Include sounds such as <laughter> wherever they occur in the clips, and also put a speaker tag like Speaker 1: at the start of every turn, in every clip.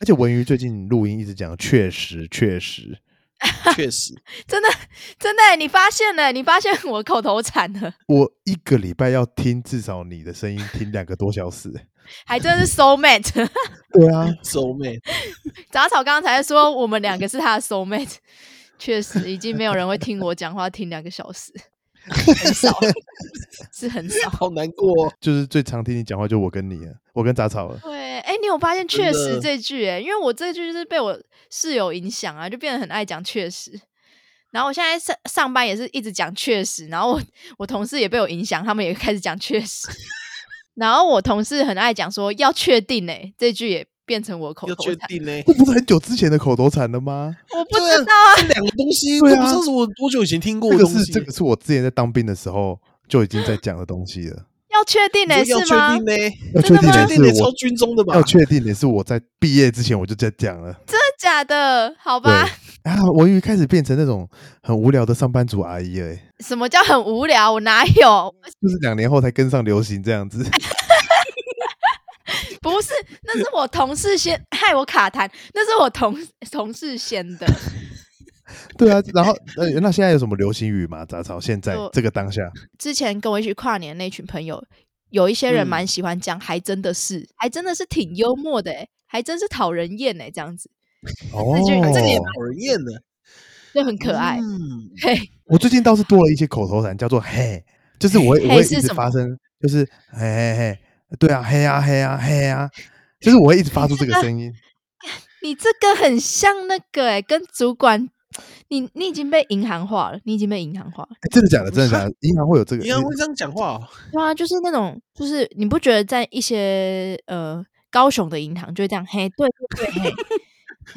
Speaker 1: 而且文娱最近录音一直讲，确实确实，
Speaker 2: 确
Speaker 3: <laughs>
Speaker 2: 实，
Speaker 3: 真的真的，你发现了，你发现我口头禅了，
Speaker 1: 我一个礼拜要听至少你的声音听两个多小时。
Speaker 3: 还真是 soul mate。
Speaker 1: <laughs>
Speaker 3: <laughs>
Speaker 1: 对啊，
Speaker 2: 收妹，
Speaker 3: 杂草刚才说我们两个是他的 soul mate，确 <laughs> 实已经没有人会听我讲话听两个小时， <laughs> 很少，是很少。 <laughs>
Speaker 2: 好难过、哦。
Speaker 1: <laughs> 就是最常听你讲话就我跟你啊，我跟杂草 <laughs> 了。
Speaker 3: 对，哎、你有发现“
Speaker 2: 真
Speaker 3: 确实
Speaker 2: 的”
Speaker 3: 这句、哎，因为我这句就是被我室友影响啊，就变得很爱讲“确实”。然后我现在上上班也是一直讲“确实”，然后我我同事也被我影响，他们也开始讲“确实”。 <laughs> 然后我同事很爱讲说要确定哎、这句也变成我口
Speaker 2: 要
Speaker 3: 头
Speaker 2: 确
Speaker 3: 禅，
Speaker 2: 定呢、
Speaker 1: 这不是很久之前的口头禅了吗？
Speaker 3: 我不
Speaker 2: 对啊
Speaker 3: 知道啊，
Speaker 2: 这两个东西，
Speaker 1: 对啊
Speaker 2: 这不知道是我多久以前听过
Speaker 1: 这
Speaker 2: 的
Speaker 1: 个
Speaker 2: 东西
Speaker 1: 是
Speaker 2: 耶。
Speaker 1: 这个是我之前在当兵的时候就已经在讲的东西了。
Speaker 3: 要确定哎、
Speaker 2: 你说要
Speaker 3: 是
Speaker 2: 确？
Speaker 3: 吗
Speaker 2: 定呢？
Speaker 1: <laughs> 要
Speaker 3: 真
Speaker 1: 确定
Speaker 3: 的吗
Speaker 1: 的
Speaker 2: 确定呢？
Speaker 1: 是
Speaker 2: 超
Speaker 1: 我
Speaker 2: 军中的吧
Speaker 1: 要？确定的是我在毕业之前我就在讲了。
Speaker 3: 真的假的？好
Speaker 1: 对
Speaker 3: 吧，
Speaker 1: 啊，文娱开始变成那种很无聊的上班族阿姨了、欸，
Speaker 3: 什么叫很无聊？我哪有？
Speaker 1: 就是两年后才跟上流行这样子。
Speaker 3: 不是，那是我同事先害我卡痰，那是我同同事先
Speaker 2: <laughs>
Speaker 3: 的。
Speaker 1: <laughs> 对啊，然后呃，那现在有什么流行语吗？杂草现在
Speaker 3: 就
Speaker 1: 这个当下，
Speaker 3: 之前跟我一起跨年那群朋友，有一些人
Speaker 2: 嗯
Speaker 3: 蛮喜欢讲，还真的是，还真的是挺幽默的、欸，还真是讨人厌哎、这样子
Speaker 1: 哦
Speaker 3: <laughs> 这句
Speaker 2: 哎这个也
Speaker 3: 哦
Speaker 2: 讨人厌的，
Speaker 3: 就很可爱。
Speaker 2: 嗯，
Speaker 3: 嘿，
Speaker 1: 我最近倒是多了一些口头禅，叫做“嘿”，就是我会我
Speaker 3: 嘿
Speaker 1: 会一
Speaker 3: 是
Speaker 1: 直
Speaker 3: 什么
Speaker 1: 发生，就是“嘿嘿嘿”，对啊，嘿啊嘿啊嘿啊，就是我会一直发出这个声音。哎
Speaker 3: 你这个很像那个哎、跟主管，你你已经被银行化了，你已经被银行化了。
Speaker 1: 欸真的假的？真的假的？银行会有这个？<laughs>
Speaker 2: 你还会这样讲话、哦？
Speaker 3: 对啊，就是那种，就是你不觉得在一些呃高雄的银行就会这样？嘿，对对对，嘿，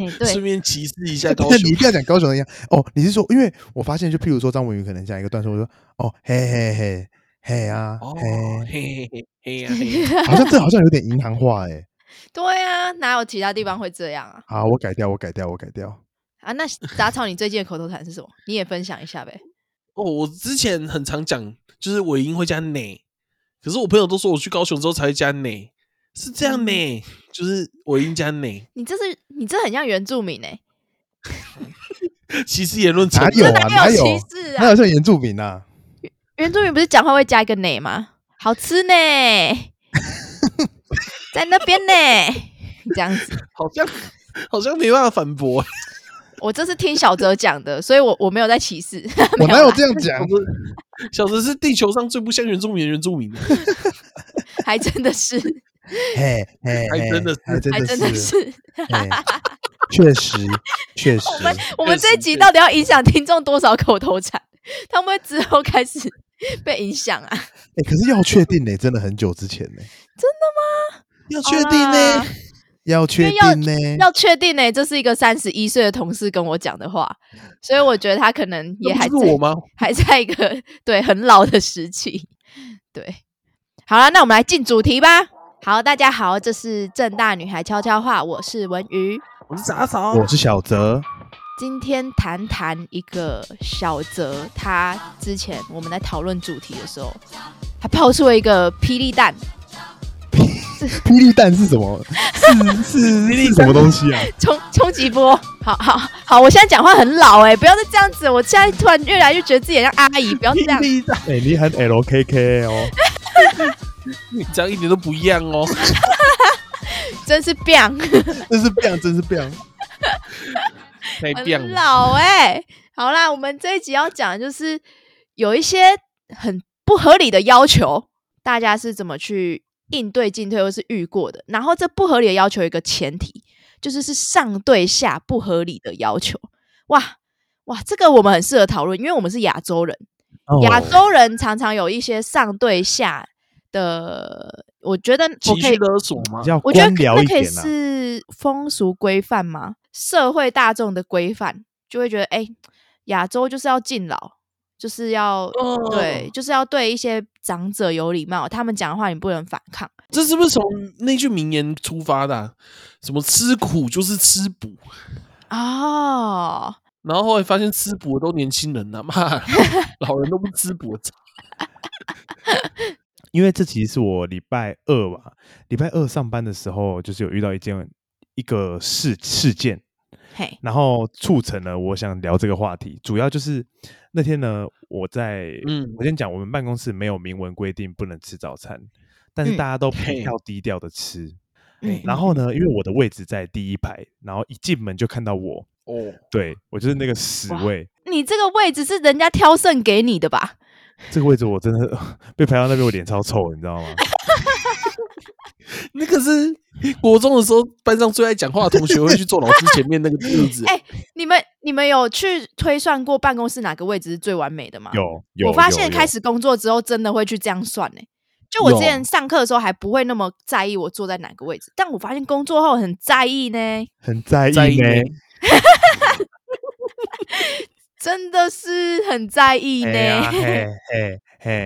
Speaker 3: 嘿对
Speaker 2: 顺，便歧视一
Speaker 3: <laughs>
Speaker 2: 下高
Speaker 1: 那
Speaker 2: 雄
Speaker 1: 你一定要讲高雄的一样哦。你是说，因为我发现，就譬如说张文宇可能讲一个段数，我说哦嘿嘿嘿嘿啊
Speaker 2: 哦， <laughs>
Speaker 1: 嘿，
Speaker 2: 嘿嘿嘿嘿呀、嘿
Speaker 3: <laughs>
Speaker 2: 呀、
Speaker 1: 好像这好像有点银行话哎、欸。
Speaker 3: 对啊，哪有其他地方会这样啊？
Speaker 1: 好，我改掉，我改掉，我改掉。
Speaker 3: 啊，那杂草，你最近的口头禅是什么？你也分享一下呗。
Speaker 2: 哦，我之前很常讲，就是尾音会加呢，可是我朋友都说我去高雄之后才会加呢，是这
Speaker 3: 嗯
Speaker 2: 样呢，就是尾音加呢，
Speaker 3: 你这是你这很像原住民哎、
Speaker 2: <laughs> 歧视言论成
Speaker 1: 哪
Speaker 2: 立
Speaker 1: 有
Speaker 3: 这
Speaker 1: 啊？
Speaker 3: 哪
Speaker 1: 哪
Speaker 3: 有
Speaker 1: 有？
Speaker 3: 歧视
Speaker 1: 哪
Speaker 3: 啊？
Speaker 1: 有像原住民
Speaker 3: <laughs>
Speaker 1: 啊？
Speaker 3: 原住民不是讲话会加一个呢吗？好吃呢，在那边呢，这样子。
Speaker 2: 好像好像没办法反驳、
Speaker 3: 我这是听小哲讲的，所以我我没有在歧视。 <laughs>
Speaker 1: 我
Speaker 3: 没
Speaker 1: 哪有
Speaker 3: 啦
Speaker 1: 这样讲
Speaker 2: 小？子，小子是地球上最不像原住民的原住民，
Speaker 3: 还真的是，
Speaker 1: <laughs> 嘿嘿，
Speaker 2: 还真的是
Speaker 1: 嘿还
Speaker 3: 还真
Speaker 1: 哎真
Speaker 3: 的
Speaker 1: 的
Speaker 3: 是。 <laughs>
Speaker 1: 嘿确实，确实，
Speaker 3: 我们
Speaker 2: 确
Speaker 3: 这一
Speaker 2: 实
Speaker 3: 集
Speaker 2: 确
Speaker 3: 到底要影响听众多少口头禅？他们会之后开
Speaker 2: <laughs>
Speaker 3: 始被影响啊？
Speaker 1: 哎、可是要确定呢、真的很久之前
Speaker 3: <laughs>
Speaker 1: 呢、
Speaker 2: 要
Speaker 3: 好
Speaker 2: 确定呢、
Speaker 3: 啦
Speaker 1: 要确
Speaker 3: 因为要
Speaker 1: 定呢、
Speaker 3: 要确定呢、这是一个三十一岁的同事跟我讲
Speaker 2: <laughs>
Speaker 3: 的话，所以我觉得他可能也
Speaker 2: 那不
Speaker 3: 还
Speaker 2: 是
Speaker 3: 在
Speaker 2: 我吗？
Speaker 3: 还在一个对很老的时期。对，好了，那我们来进主题吧。好，大家好，这是正大女孩悄悄话，我是文瑜。
Speaker 2: 我是杂草，
Speaker 1: 我是小泽，
Speaker 3: 今天谈谈一个小泽，他之前我们在讨论主题的时候，他抛出了一个霹雳弹，
Speaker 1: 霹雳蛋是什么？
Speaker 3: <laughs>
Speaker 1: 是是是什么东西啊？
Speaker 3: 冲冲击波。好好好，我现在讲话很老哎、不要再这样子，我现在突然越来越觉得自己很像阿姨，哦不要这样
Speaker 1: <laughs>
Speaker 2: 霹。雳蛋，
Speaker 1: 哎、你很 LKK 哦。
Speaker 2: 你这样一点都不一样
Speaker 3: <laughs>
Speaker 2: 哦。
Speaker 3: 真是 biang，
Speaker 1: 真是变，真是变。
Speaker 2: 太棒
Speaker 3: 很
Speaker 2: 了！
Speaker 3: 老哎、好啦，我们这一集要讲的就是有一些很不合理的要求，大家是怎么去应对、进退或是遇过的。然后这不合理的要求有一个前提，就是是上对下不合理的要求。哇哇，这个我们很适合讨论，因为我们是亚洲人， <laughs>
Speaker 1: 哦
Speaker 3: 亚洲人常常有一些上对下的，我觉得我
Speaker 2: 情
Speaker 3: 可以
Speaker 2: 绪勒索吗
Speaker 1: 比？较
Speaker 3: 我觉得
Speaker 1: 官僚
Speaker 3: 那
Speaker 1: 一
Speaker 3: 可以
Speaker 1: 点啊。
Speaker 3: 是风俗规范吗？社会大众的规范就会觉得，哎、亚洲就是要敬老，就是要、
Speaker 2: 哦
Speaker 3: 对，，就是要对一些长者有礼貌，他们讲话你不能反抗。
Speaker 2: 这是不是从那句名言出发的啊、什么吃苦就是吃补，
Speaker 3: 哦，
Speaker 2: 然后后来发现吃补的都年轻人呐、啊，妈，老人都不吃补，操
Speaker 1: 因为这其实是我礼拜二吧，礼拜二上班的时候，就是有遇到一件一个事事件，
Speaker 3: 嘿，
Speaker 1: 然后促成了我想聊这个话题。主要就是那天呢，我在
Speaker 2: 嗯
Speaker 1: 我先讲，我们办公室没有明文规定不能吃早餐，但是
Speaker 3: 嗯
Speaker 1: 大家都
Speaker 2: 嘿
Speaker 1: 比较低调的吃。
Speaker 3: <laughs> 嗯
Speaker 1: 然后呢，因为我的位置在第一排，然后一进门就看到我，
Speaker 2: 哦，
Speaker 1: 对我就是那个死
Speaker 3: 哇
Speaker 1: 位。
Speaker 3: 你这个位置是人家挑剩给你的吧？
Speaker 1: 这个位置我真的 <laughs> 被排到那边，我脸超臭，你知
Speaker 3: <laughs>
Speaker 1: 道吗？
Speaker 2: 那个是国中的时候，班上最爱讲话的同学会去坐老师前面那个位置。
Speaker 3: <laughs> 哎你们你们有去推算过办公室哪个位置是最完美的吗？
Speaker 1: 有有，
Speaker 3: 我发
Speaker 1: 有
Speaker 3: 现
Speaker 1: 有
Speaker 3: 开始工作之后，真的会去这样算呢、就我之前
Speaker 2: 有
Speaker 3: 上课的时候还不会那么在意我坐在哪个位置，但我发现工作后很在意呢，
Speaker 1: 很在
Speaker 2: 在
Speaker 1: 意
Speaker 2: 意
Speaker 1: 呢。
Speaker 2: 呢
Speaker 3: 真的是很在意
Speaker 1: 哎
Speaker 3: 呢。
Speaker 1: 呀
Speaker 3: <laughs>
Speaker 1: 嘿嘿嘿，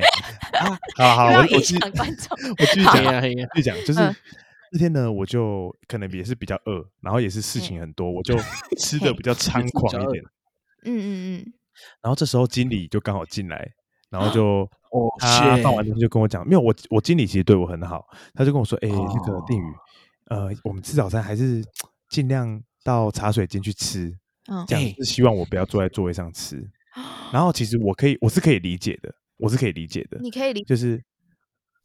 Speaker 1: 啊，好好，
Speaker 3: 不
Speaker 1: 我
Speaker 3: 要
Speaker 1: 我
Speaker 3: 影
Speaker 1: 继
Speaker 3: 响观众。
Speaker 1: 我继续
Speaker 3: 好
Speaker 1: 讲
Speaker 2: 嘿，哎呀嘿呀，
Speaker 1: 继续讲，就是
Speaker 3: 嗯
Speaker 1: 那天呢，我就可能也是比较饿，然后也是事情很多，我就吃的比
Speaker 2: <laughs>
Speaker 1: 较猖狂
Speaker 2: 嗯比较
Speaker 1: 一
Speaker 2: 饿
Speaker 1: 点。
Speaker 3: 嗯嗯
Speaker 1: 然后这时候经理就刚好进来，然后就
Speaker 2: 哦，
Speaker 1: 他放完
Speaker 2: 谢
Speaker 1: 东西就跟我讲，没有我我经理其实对我很好，他就跟我说，哎，那个
Speaker 2: 哦
Speaker 1: 定宇，呃，我们吃早餐还是尽量到茶水间去吃，
Speaker 3: 嗯
Speaker 1: 这样
Speaker 2: 哎
Speaker 1: 是希望我不要坐在座位上吃。 <laughs> 然后其实我可以，我是可以理解的，我是可以理解的
Speaker 3: 嗯，，你可以理
Speaker 1: 就是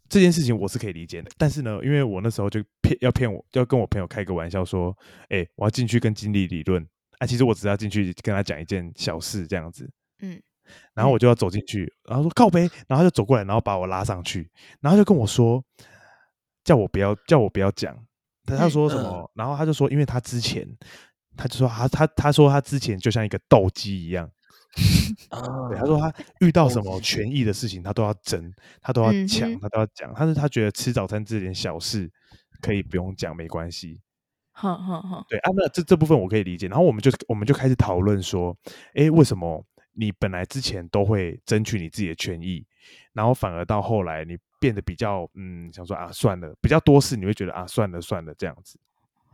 Speaker 1: 这件事情我是可以理解的。但是呢，因为我那时候就骗要骗我，要跟我朋友开个玩笑说，哎、我要进去跟经理理论啊，其实我只要进去跟他讲一件小事这样子，
Speaker 3: 嗯。
Speaker 1: 然后我就要走进去，然后说靠背，然后他就走过来，然后把我拉上去，然后就跟我说，叫我不要，叫我不要讲。他他
Speaker 3: 嗯
Speaker 1: 说什么？然后他就说，因为他之前，他就说他他他说他之前就像一个斗鸡一样，
Speaker 2: 啊
Speaker 3: 嗯
Speaker 1: 对，他说他遇到什么
Speaker 2: 哦
Speaker 1: 权益的事情，他都要争，他都要
Speaker 3: 嗯
Speaker 1: 抢，
Speaker 3: 哼
Speaker 1: 他都要讲。但是他觉得吃早餐这点小事可以不用讲，没关系。
Speaker 3: 哼哼哼，
Speaker 1: 对啊，那这这部分我可以理解。然后我们就我们就开始讨论说，诶，为什么你本来之前都会争取你自己的权益，然后反而到后来你变得比较嗯，想说啊算了，比较多事你会觉得啊算了算了这样子。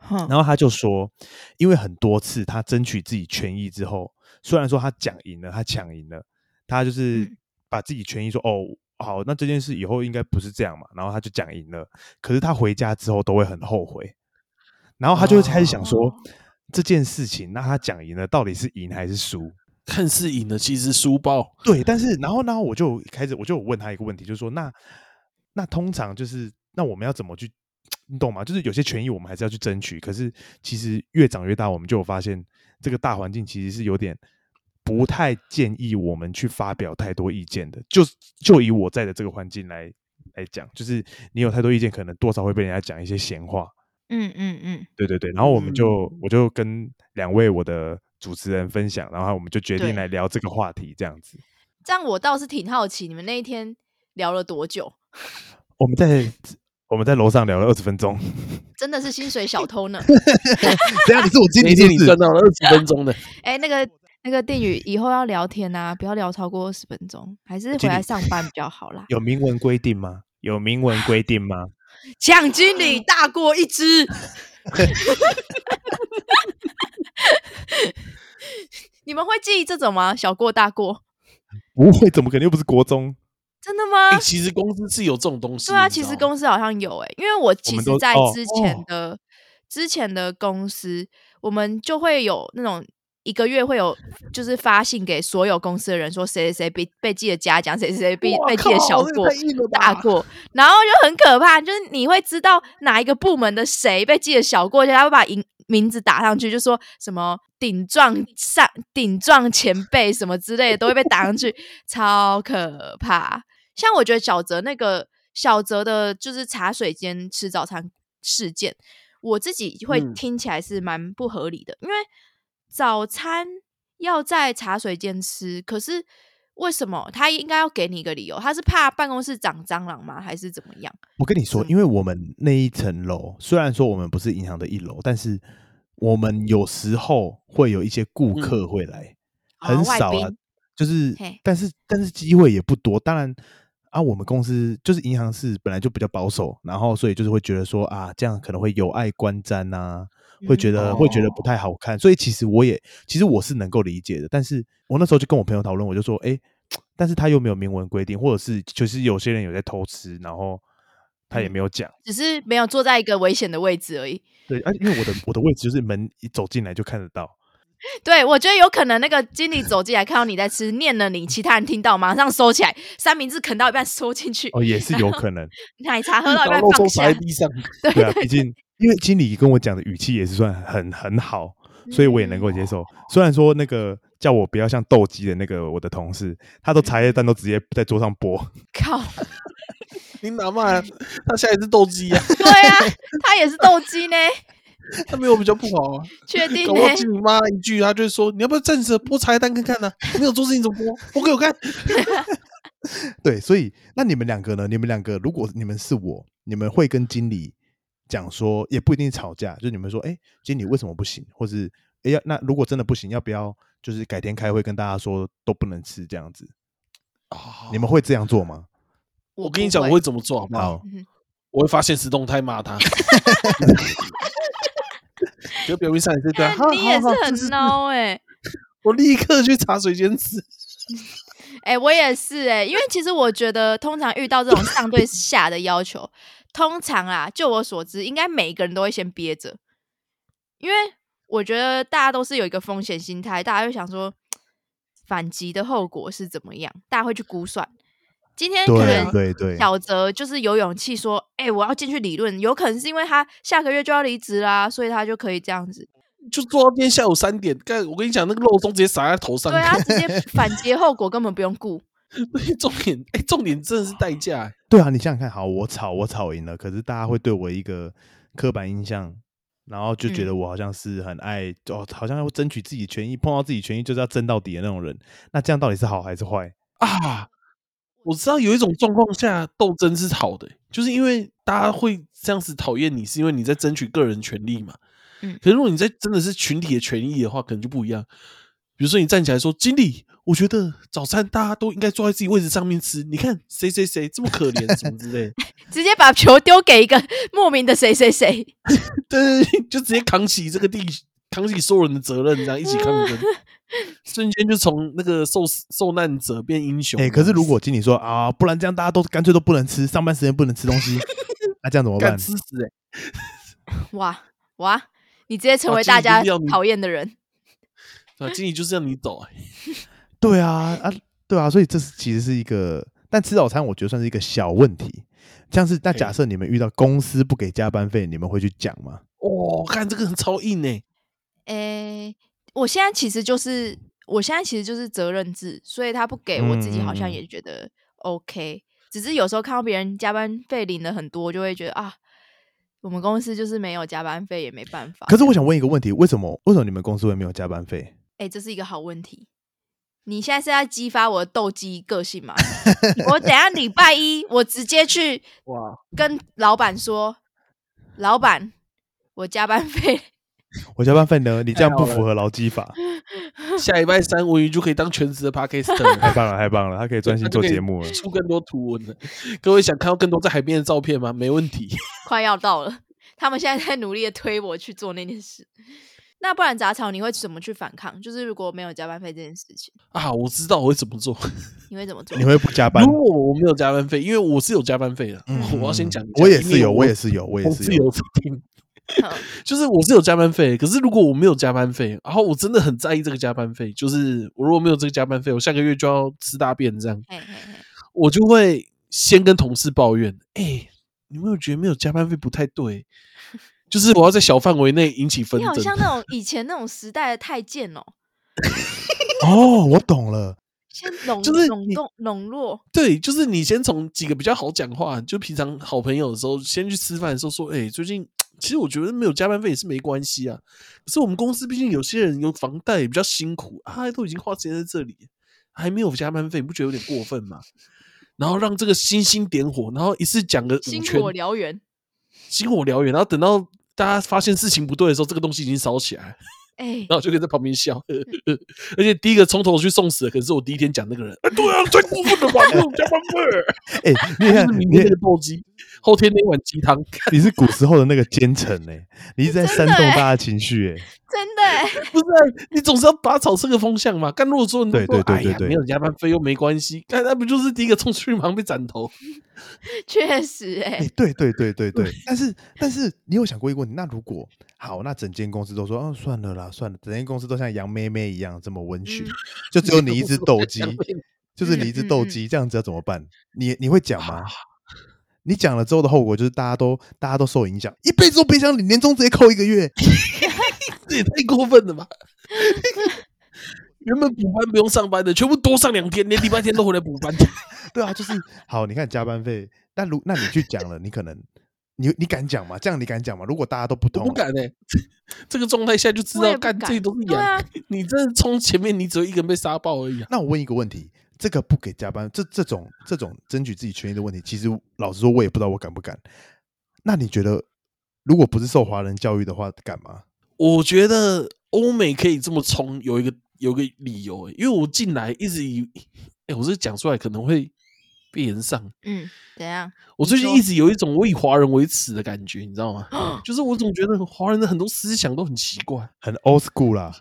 Speaker 3: 哼
Speaker 1: 然后他就说，因为很多次他争取自己权益之后，虽然说他讲赢了，他抢赢了，他就是
Speaker 3: 嗯
Speaker 1: 把自己权益说哦。好，那这件事以后应该不是这样嘛？然后他就讲赢了，可是他回家之后都会很后悔，然后他就会开始想说、
Speaker 3: 哦
Speaker 1: 这件事情，那他讲赢了到底是赢还是输？
Speaker 2: 看似赢了，其实输爆。
Speaker 1: 对，
Speaker 3: 嗯
Speaker 1: 但是然后然后我就开始我就有问他一个问题，就是说那那通常就是那我们要怎么去，你懂吗？就是有些权益我们还是要去争取，可是其实越长越大，我们就有发现这个大环境其实是有点不太建议我们去发表太多意见的。就就以我在的这个环境来来讲，就是你有太多意见，可能多少会被人家讲一些闲话。
Speaker 3: 嗯嗯嗯，
Speaker 1: 对对对，然后我们就、我就跟两位我的主持人分享，然后我们就决
Speaker 3: 对
Speaker 1: 定来聊这个话题，这样子。
Speaker 3: 这样我倒是挺好奇，你们那一天聊了多久？
Speaker 1: 我们在我们在楼上聊了二十分 <laughs> 钟，
Speaker 3: 真的是薪水小偷
Speaker 1: <laughs>
Speaker 3: 呢。
Speaker 1: 等一下你是我经
Speaker 2: 那一天你赚到了二十分
Speaker 3: <laughs>
Speaker 2: 钟的，
Speaker 3: 哎、那个那个定宇，以后要聊天啊，不要聊超过二十分钟，还是回
Speaker 1: 经理
Speaker 3: 来上班比较好啦。
Speaker 1: 有明文规定吗？有明文规定吗？
Speaker 3: 奖经理大过一 <laughs> 只。你们会记这种吗？小过大过，
Speaker 1: 不会，怎么可能又不是国中？
Speaker 3: 真的吗？
Speaker 2: 哎，其实公司是有这种东西。
Speaker 3: 对啊，
Speaker 2: 你知
Speaker 3: 其
Speaker 2: 道
Speaker 3: 实
Speaker 2: 吗
Speaker 3: 公司好像有哎、因为我其
Speaker 1: 们
Speaker 3: 实
Speaker 1: 都，
Speaker 3: 在
Speaker 1: 哦
Speaker 3: 之前
Speaker 1: 哦
Speaker 3: 的、之前的公司，我们就会有那种一个月会有，就是发信给所有公司的人说谁谁谁被被自己的嘉奖，谁谁谁被被自己的小过。大
Speaker 2: <laughs>
Speaker 3: 过，然后就很可怕，就是你会知道哪一个部门的谁被记得小过，而且他会把名名字打上去，就说什么顶撞上顶撞前辈什么之类的，都会被打上去，超可怕。像我觉得小泽那个小泽的，就是茶水间吃早餐事件，我自己会
Speaker 2: 嗯
Speaker 3: 听起来是蛮不合理的，因为早餐要在茶水间吃，可是为什么他应该要给你一个理由？他是怕办公室长蟑螂吗？还是怎么样？
Speaker 1: 我跟你说
Speaker 3: 什，么
Speaker 1: 因为我们那一层楼，虽然说我们不是银行的一楼，但是我们有时候会有一些顾客会来，
Speaker 3: 嗯
Speaker 1: 很
Speaker 3: 哦外
Speaker 1: 少啊
Speaker 3: 宾，
Speaker 1: 就是
Speaker 3: 嘿，
Speaker 1: 但是但是机会也不多。当然啊，我们公司就是银行是本来就比较保守，然后所以就是会觉得说啊，这样可能会有碍观瞻呐、会觉
Speaker 3: 嗯
Speaker 1: 得、
Speaker 2: 哦
Speaker 1: 会觉得不太好看。所以其实我也其实我是能够理解的，但是我那时候就跟我朋友讨论，我就说，哎、但是他又没有明文规定，或者是就是有些人有在偷吃，然后他也
Speaker 3: 嗯
Speaker 1: 没有讲。
Speaker 3: 只是没有坐在一个危险的位置而已。
Speaker 1: 对，而、因为我的我的位置就是门一走进来就看得
Speaker 3: <laughs>
Speaker 1: 到，
Speaker 3: 对，我觉得有可能那个经理走进来看到你在吃，念了你，其他人听到马上收起来，三明治啃到一半收进去，
Speaker 1: 哦，也是有可能。
Speaker 3: 奶茶喝到一
Speaker 2: 然
Speaker 3: 半
Speaker 2: 后肉松
Speaker 3: 放
Speaker 2: 撒
Speaker 3: 下
Speaker 2: 在。地上，
Speaker 3: 对
Speaker 1: 对啊， <laughs> 毕竟因为经理跟我讲的语气也是算很很好，所以我也能够接受。虽然说那个叫我不要像斗鸡的那个我的同事，他都茶叶蛋都直接在桌上剥，
Speaker 3: 靠，
Speaker 2: 你哪
Speaker 3: <laughs>
Speaker 2: 嘛？他下一次斗鸡啊，
Speaker 3: 对啊，他也是斗鸡呢， <laughs>
Speaker 2: 他没有比较不好啊。
Speaker 3: 确定
Speaker 2: 搞
Speaker 3: 呢
Speaker 2: 不？好
Speaker 3: <laughs>
Speaker 2: 经理骂他一句，他就会说：“你要不要站着剥茶叶蛋看看呢、没有做事你怎么剥？剥给我看。
Speaker 1: <laughs> 对，所以那你们两个呢？你们两个如果你们是我，你们会跟经理讲说，也不一定吵架，就你们说，哎、经理为什么不行，或是哎呀，那如果真的不行，要不要就是改天开会跟大家说都不能吃这样子？
Speaker 2: 啊
Speaker 1: 你们会这样做吗？
Speaker 2: 我跟你讲，我
Speaker 3: 不
Speaker 2: 会怎么做好不好？
Speaker 1: 好，
Speaker 3: 嗯
Speaker 2: 我会发现实动态骂
Speaker 3: <laughs>
Speaker 2: 他。 <laughs> 就表面上也是对啊，好
Speaker 3: 哎你也
Speaker 2: 好好
Speaker 3: 是很
Speaker 2: 是是
Speaker 3: 孬哎、
Speaker 2: 我立刻去茶水间吃。
Speaker 3: 哎、我也是哎、因为其实我觉得，通常遇到这种上对下的要求， <laughs> 通常啊，就我所知，应该每一个人都会先憋着，因为我觉得大家都是有一个风险心态，大家会想说反击的后果是怎么样，大家会去估算。今天可
Speaker 2: 啊
Speaker 1: 对
Speaker 3: 能
Speaker 1: 对对，
Speaker 3: 小泽就是有勇气说：“哎、我要进去理论。”有可能是因为他下个月就要离职啦，所以他就可以这样子。
Speaker 2: 就做到今天下午三点。干，我跟你讲，那个肉松直接撒在头上。
Speaker 3: 对啊，直接反击的后果根本不用顾。
Speaker 2: <laughs> 对，重点，哎、重点真的是代价、欸。
Speaker 1: 对啊，你想想看，好，我吵我吵赢了，可是大家会对我一个刻板印象，然后就觉得我好像是很爱、哦，好像要争取自己权益，碰到自己权益就是要争到底的那种人。那这样到底是好还是坏？
Speaker 2: 啊，我知道有一种状况下斗争是好的欸、就是因为大家会这样子讨厌你，是因为你在争取个人权利嘛。
Speaker 3: 嗯
Speaker 2: 可是如果你在真的是群体的权益的话，可能就不一样。比如说你站起来说：“经理，我觉得早餐大家都应该坐在自己位置上面吃。你看谁谁谁这么可怜，什么之类的。
Speaker 3: 直接把球丢给一个 <laughs> 莫名的谁谁谁，
Speaker 2: 对对对，就直接扛起这个地，扛起所有人的责任，这样一起抗争，瞬间就从那个受受难者变英雄。
Speaker 1: 哎、可是如果经理说啊，不然这样大家都干脆都不能吃，上班时间不能吃东西，那这样怎么
Speaker 2: 敢
Speaker 1: 办？
Speaker 2: 吃死哎、
Speaker 3: 哇哇！你直接成
Speaker 2: 哇
Speaker 3: 为
Speaker 2: 经
Speaker 3: 大
Speaker 2: 理
Speaker 3: 家
Speaker 2: 一定要你
Speaker 3: 讨厌的人，
Speaker 2: 对啊，经理就是让你走哎、
Speaker 1: 对啊啊，对啊，所以这是其实是一个，但吃早餐我觉得算是一个小问题。像是那
Speaker 2: 哎
Speaker 1: 假设你们遇到公司不给加班费，你们会去讲吗？
Speaker 2: 哦，看这个很超硬哎、
Speaker 3: 诶、我现在其实就是，我现在其实就是责任制，所以他不给我自己好
Speaker 1: 嗯
Speaker 3: 像
Speaker 1: 嗯嗯
Speaker 3: 也觉得 OK，、只是有时候看到别人加班费领了很多，就会觉得啊，我们公司就是没有加班费也没办法。
Speaker 1: 可是我想问一个问题，为什么为什么你们公司会没有加班费？
Speaker 3: 哎、这是一个好问题。你现在是在激发我的斗鸡个性吗？我等一下礼拜一，我直接去
Speaker 2: 哇，
Speaker 3: 跟老板说，老板，我加班 <laughs> 费，
Speaker 1: 我加班费呢？你这样
Speaker 2: 太
Speaker 1: 不
Speaker 2: 好
Speaker 1: 符合劳基
Speaker 2: 哎
Speaker 1: 法，
Speaker 2: 下礼拜三文鱼就可以当全职的 podcaster
Speaker 1: 太
Speaker 2: 了。
Speaker 1: 棒了，太棒了，他可以专心做节目了。
Speaker 2: 出更多图文了，各位想看到更多在海边的照片吗？没问题。
Speaker 3: 快要到了。他们现在在努力的推我去做那件事。那不然杂草你会怎么去反抗？就是如果没有加班费这件事情，
Speaker 2: 啊，我知道我会怎么做。
Speaker 3: 你会怎么做 <laughs>
Speaker 1: 你？会不加班
Speaker 2: 如？果我没有加班费，因为我是有加班费的，
Speaker 1: 嗯
Speaker 2: 我要先讲一下。
Speaker 1: 我也是有，
Speaker 2: 因为
Speaker 1: 我也是有，我也
Speaker 2: 我
Speaker 1: 是
Speaker 2: 是
Speaker 1: 有。
Speaker 2: 有听，
Speaker 3: 嗯
Speaker 2: 就是我是有加班费，可是如果我没有加班费，然后我真的很在意这个加班费，就是我如果没有这个加班费，我下个月就要吃大便，这样
Speaker 3: 嘿嘿嘿，
Speaker 2: 我就会先跟同事抱怨，哎、你有没有觉得没有加班费不太对？就是我要在小范围内引起纷
Speaker 3: 你好
Speaker 2: 争
Speaker 3: 像，那种以前那种时代的太监哦，
Speaker 1: 哦，我懂了。
Speaker 3: 先笼
Speaker 2: 就是
Speaker 3: 笼
Speaker 2: 你
Speaker 3: 动笼络，
Speaker 2: 对，就是你先从几个比较好讲话，就平常好朋友的时候，先去吃饭的时候说，哎、最近。其实我觉得没有加班费也是没关系啊，可是我们公司毕竟有些人有房贷，也比较辛苦啊，都已经花时间在这里，还没有加班费，你不觉得有点过分吗？然后让这个星星点火，然后一次讲个五
Speaker 3: 星
Speaker 2: 圈
Speaker 3: 火燎原。
Speaker 2: 星火燎原，然后等到大家发现事情不对的时候，这个东西已经烧起来了。
Speaker 3: 哎
Speaker 2: 然，后我就可以在旁边笑。
Speaker 3: 嗯
Speaker 2: <laughs> 而且第一个冲头去送死的，可能是我第一天讲那个人。啊对啊，太过分了吧，那种加班费。
Speaker 1: 哎、你
Speaker 2: <laughs> 就是
Speaker 1: 看
Speaker 2: 明
Speaker 1: <laughs> 你
Speaker 2: 天那个斗鸡，后天那碗鸡汤。
Speaker 1: 你是古时候的那个奸臣哎、你一直在煽动大家情绪哎、
Speaker 2: <laughs>
Speaker 3: 真的哎，
Speaker 2: <laughs> 不是啊、你总是要拔草这个风向嘛。干，如果说你都
Speaker 1: 对
Speaker 2: 说
Speaker 1: 对对对
Speaker 2: 哎呀
Speaker 1: 对
Speaker 2: 没有加班费又没关系，干那不就是第一个冲出去马上被斩头？
Speaker 3: 确实哎 <laughs>
Speaker 1: 哎、，对对对对对，但是但是你有想过一个问题？那如果好，那整间公司都说，哦，算了啦，算了，整间公司都像杨妹妹一样这么温驯，
Speaker 3: 嗯
Speaker 1: 就只有你一
Speaker 2: <laughs>
Speaker 1: 只斗鸡，就是
Speaker 3: 嗯
Speaker 1: 你一只
Speaker 3: 嗯
Speaker 1: 斗
Speaker 3: 嗯
Speaker 1: 鸡，这样子要怎么办？你你会讲吗？你讲了之后的后果就是大家都大家都受影响，一辈子都别想领，年终直接扣一个月。
Speaker 2: 这也太过分了吧！ <laughs> 原本补班不用上班的，全部多上两天，连礼拜天都回来补
Speaker 1: <laughs>
Speaker 2: 班。
Speaker 1: 对啊，就是好，你看加班费，那如那你去讲了，你可能你你敢讲吗？这样你敢讲吗？如果大家都不
Speaker 2: 我
Speaker 1: 同
Speaker 2: 不
Speaker 1: 意，
Speaker 2: 敢哎、 <laughs> 这个状态下就知
Speaker 3: 我也
Speaker 2: 道，
Speaker 3: 不
Speaker 2: 干
Speaker 3: 敢
Speaker 2: 这都是
Speaker 3: 对
Speaker 2: 羊。
Speaker 3: 啊，
Speaker 2: 你真的冲前面，你只有一个人被杀爆而已啊！
Speaker 1: 那我问一个问题，这个不给加班，这这种这种争取自己权益的问题，其实老实说，我也不知道我敢不敢。那你觉得，如果不是受华人教育的话，敢吗？
Speaker 2: 我觉得欧美可以这么冲，有一个有一个理由、欸，因为我进来一直以，哎、我这讲出来可能会被延上。
Speaker 3: 嗯，怎样？
Speaker 2: 我最近
Speaker 3: 说
Speaker 2: 一直有一种我以华人为耻的感觉，你知道吗？
Speaker 3: 哦
Speaker 2: 就是我总觉得华人的很多思想都很奇怪，
Speaker 1: 很 old school 啦，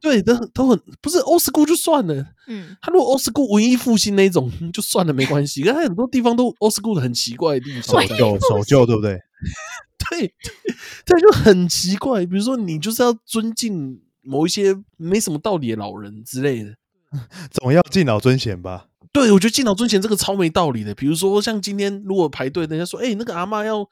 Speaker 2: 对，都很都很不是 old school 就算了，
Speaker 3: 嗯，
Speaker 2: 他如果 old school 文艺复兴那一种嗯就算了，没关系。可他很多地方都 old school 的很奇怪的地
Speaker 1: 守
Speaker 2: 方，对
Speaker 1: 旧守旧，对不对？
Speaker 2: 对， <laughs> 对，就很奇怪。比如说，你就是要尊敬某一些没什么道理的老人之类的。
Speaker 1: 总要敬老尊贤吧。
Speaker 2: 对，我觉得敬老尊贤这个超没道理的。比如说，像今天如果排队，人家说：“哎、那个阿嬷要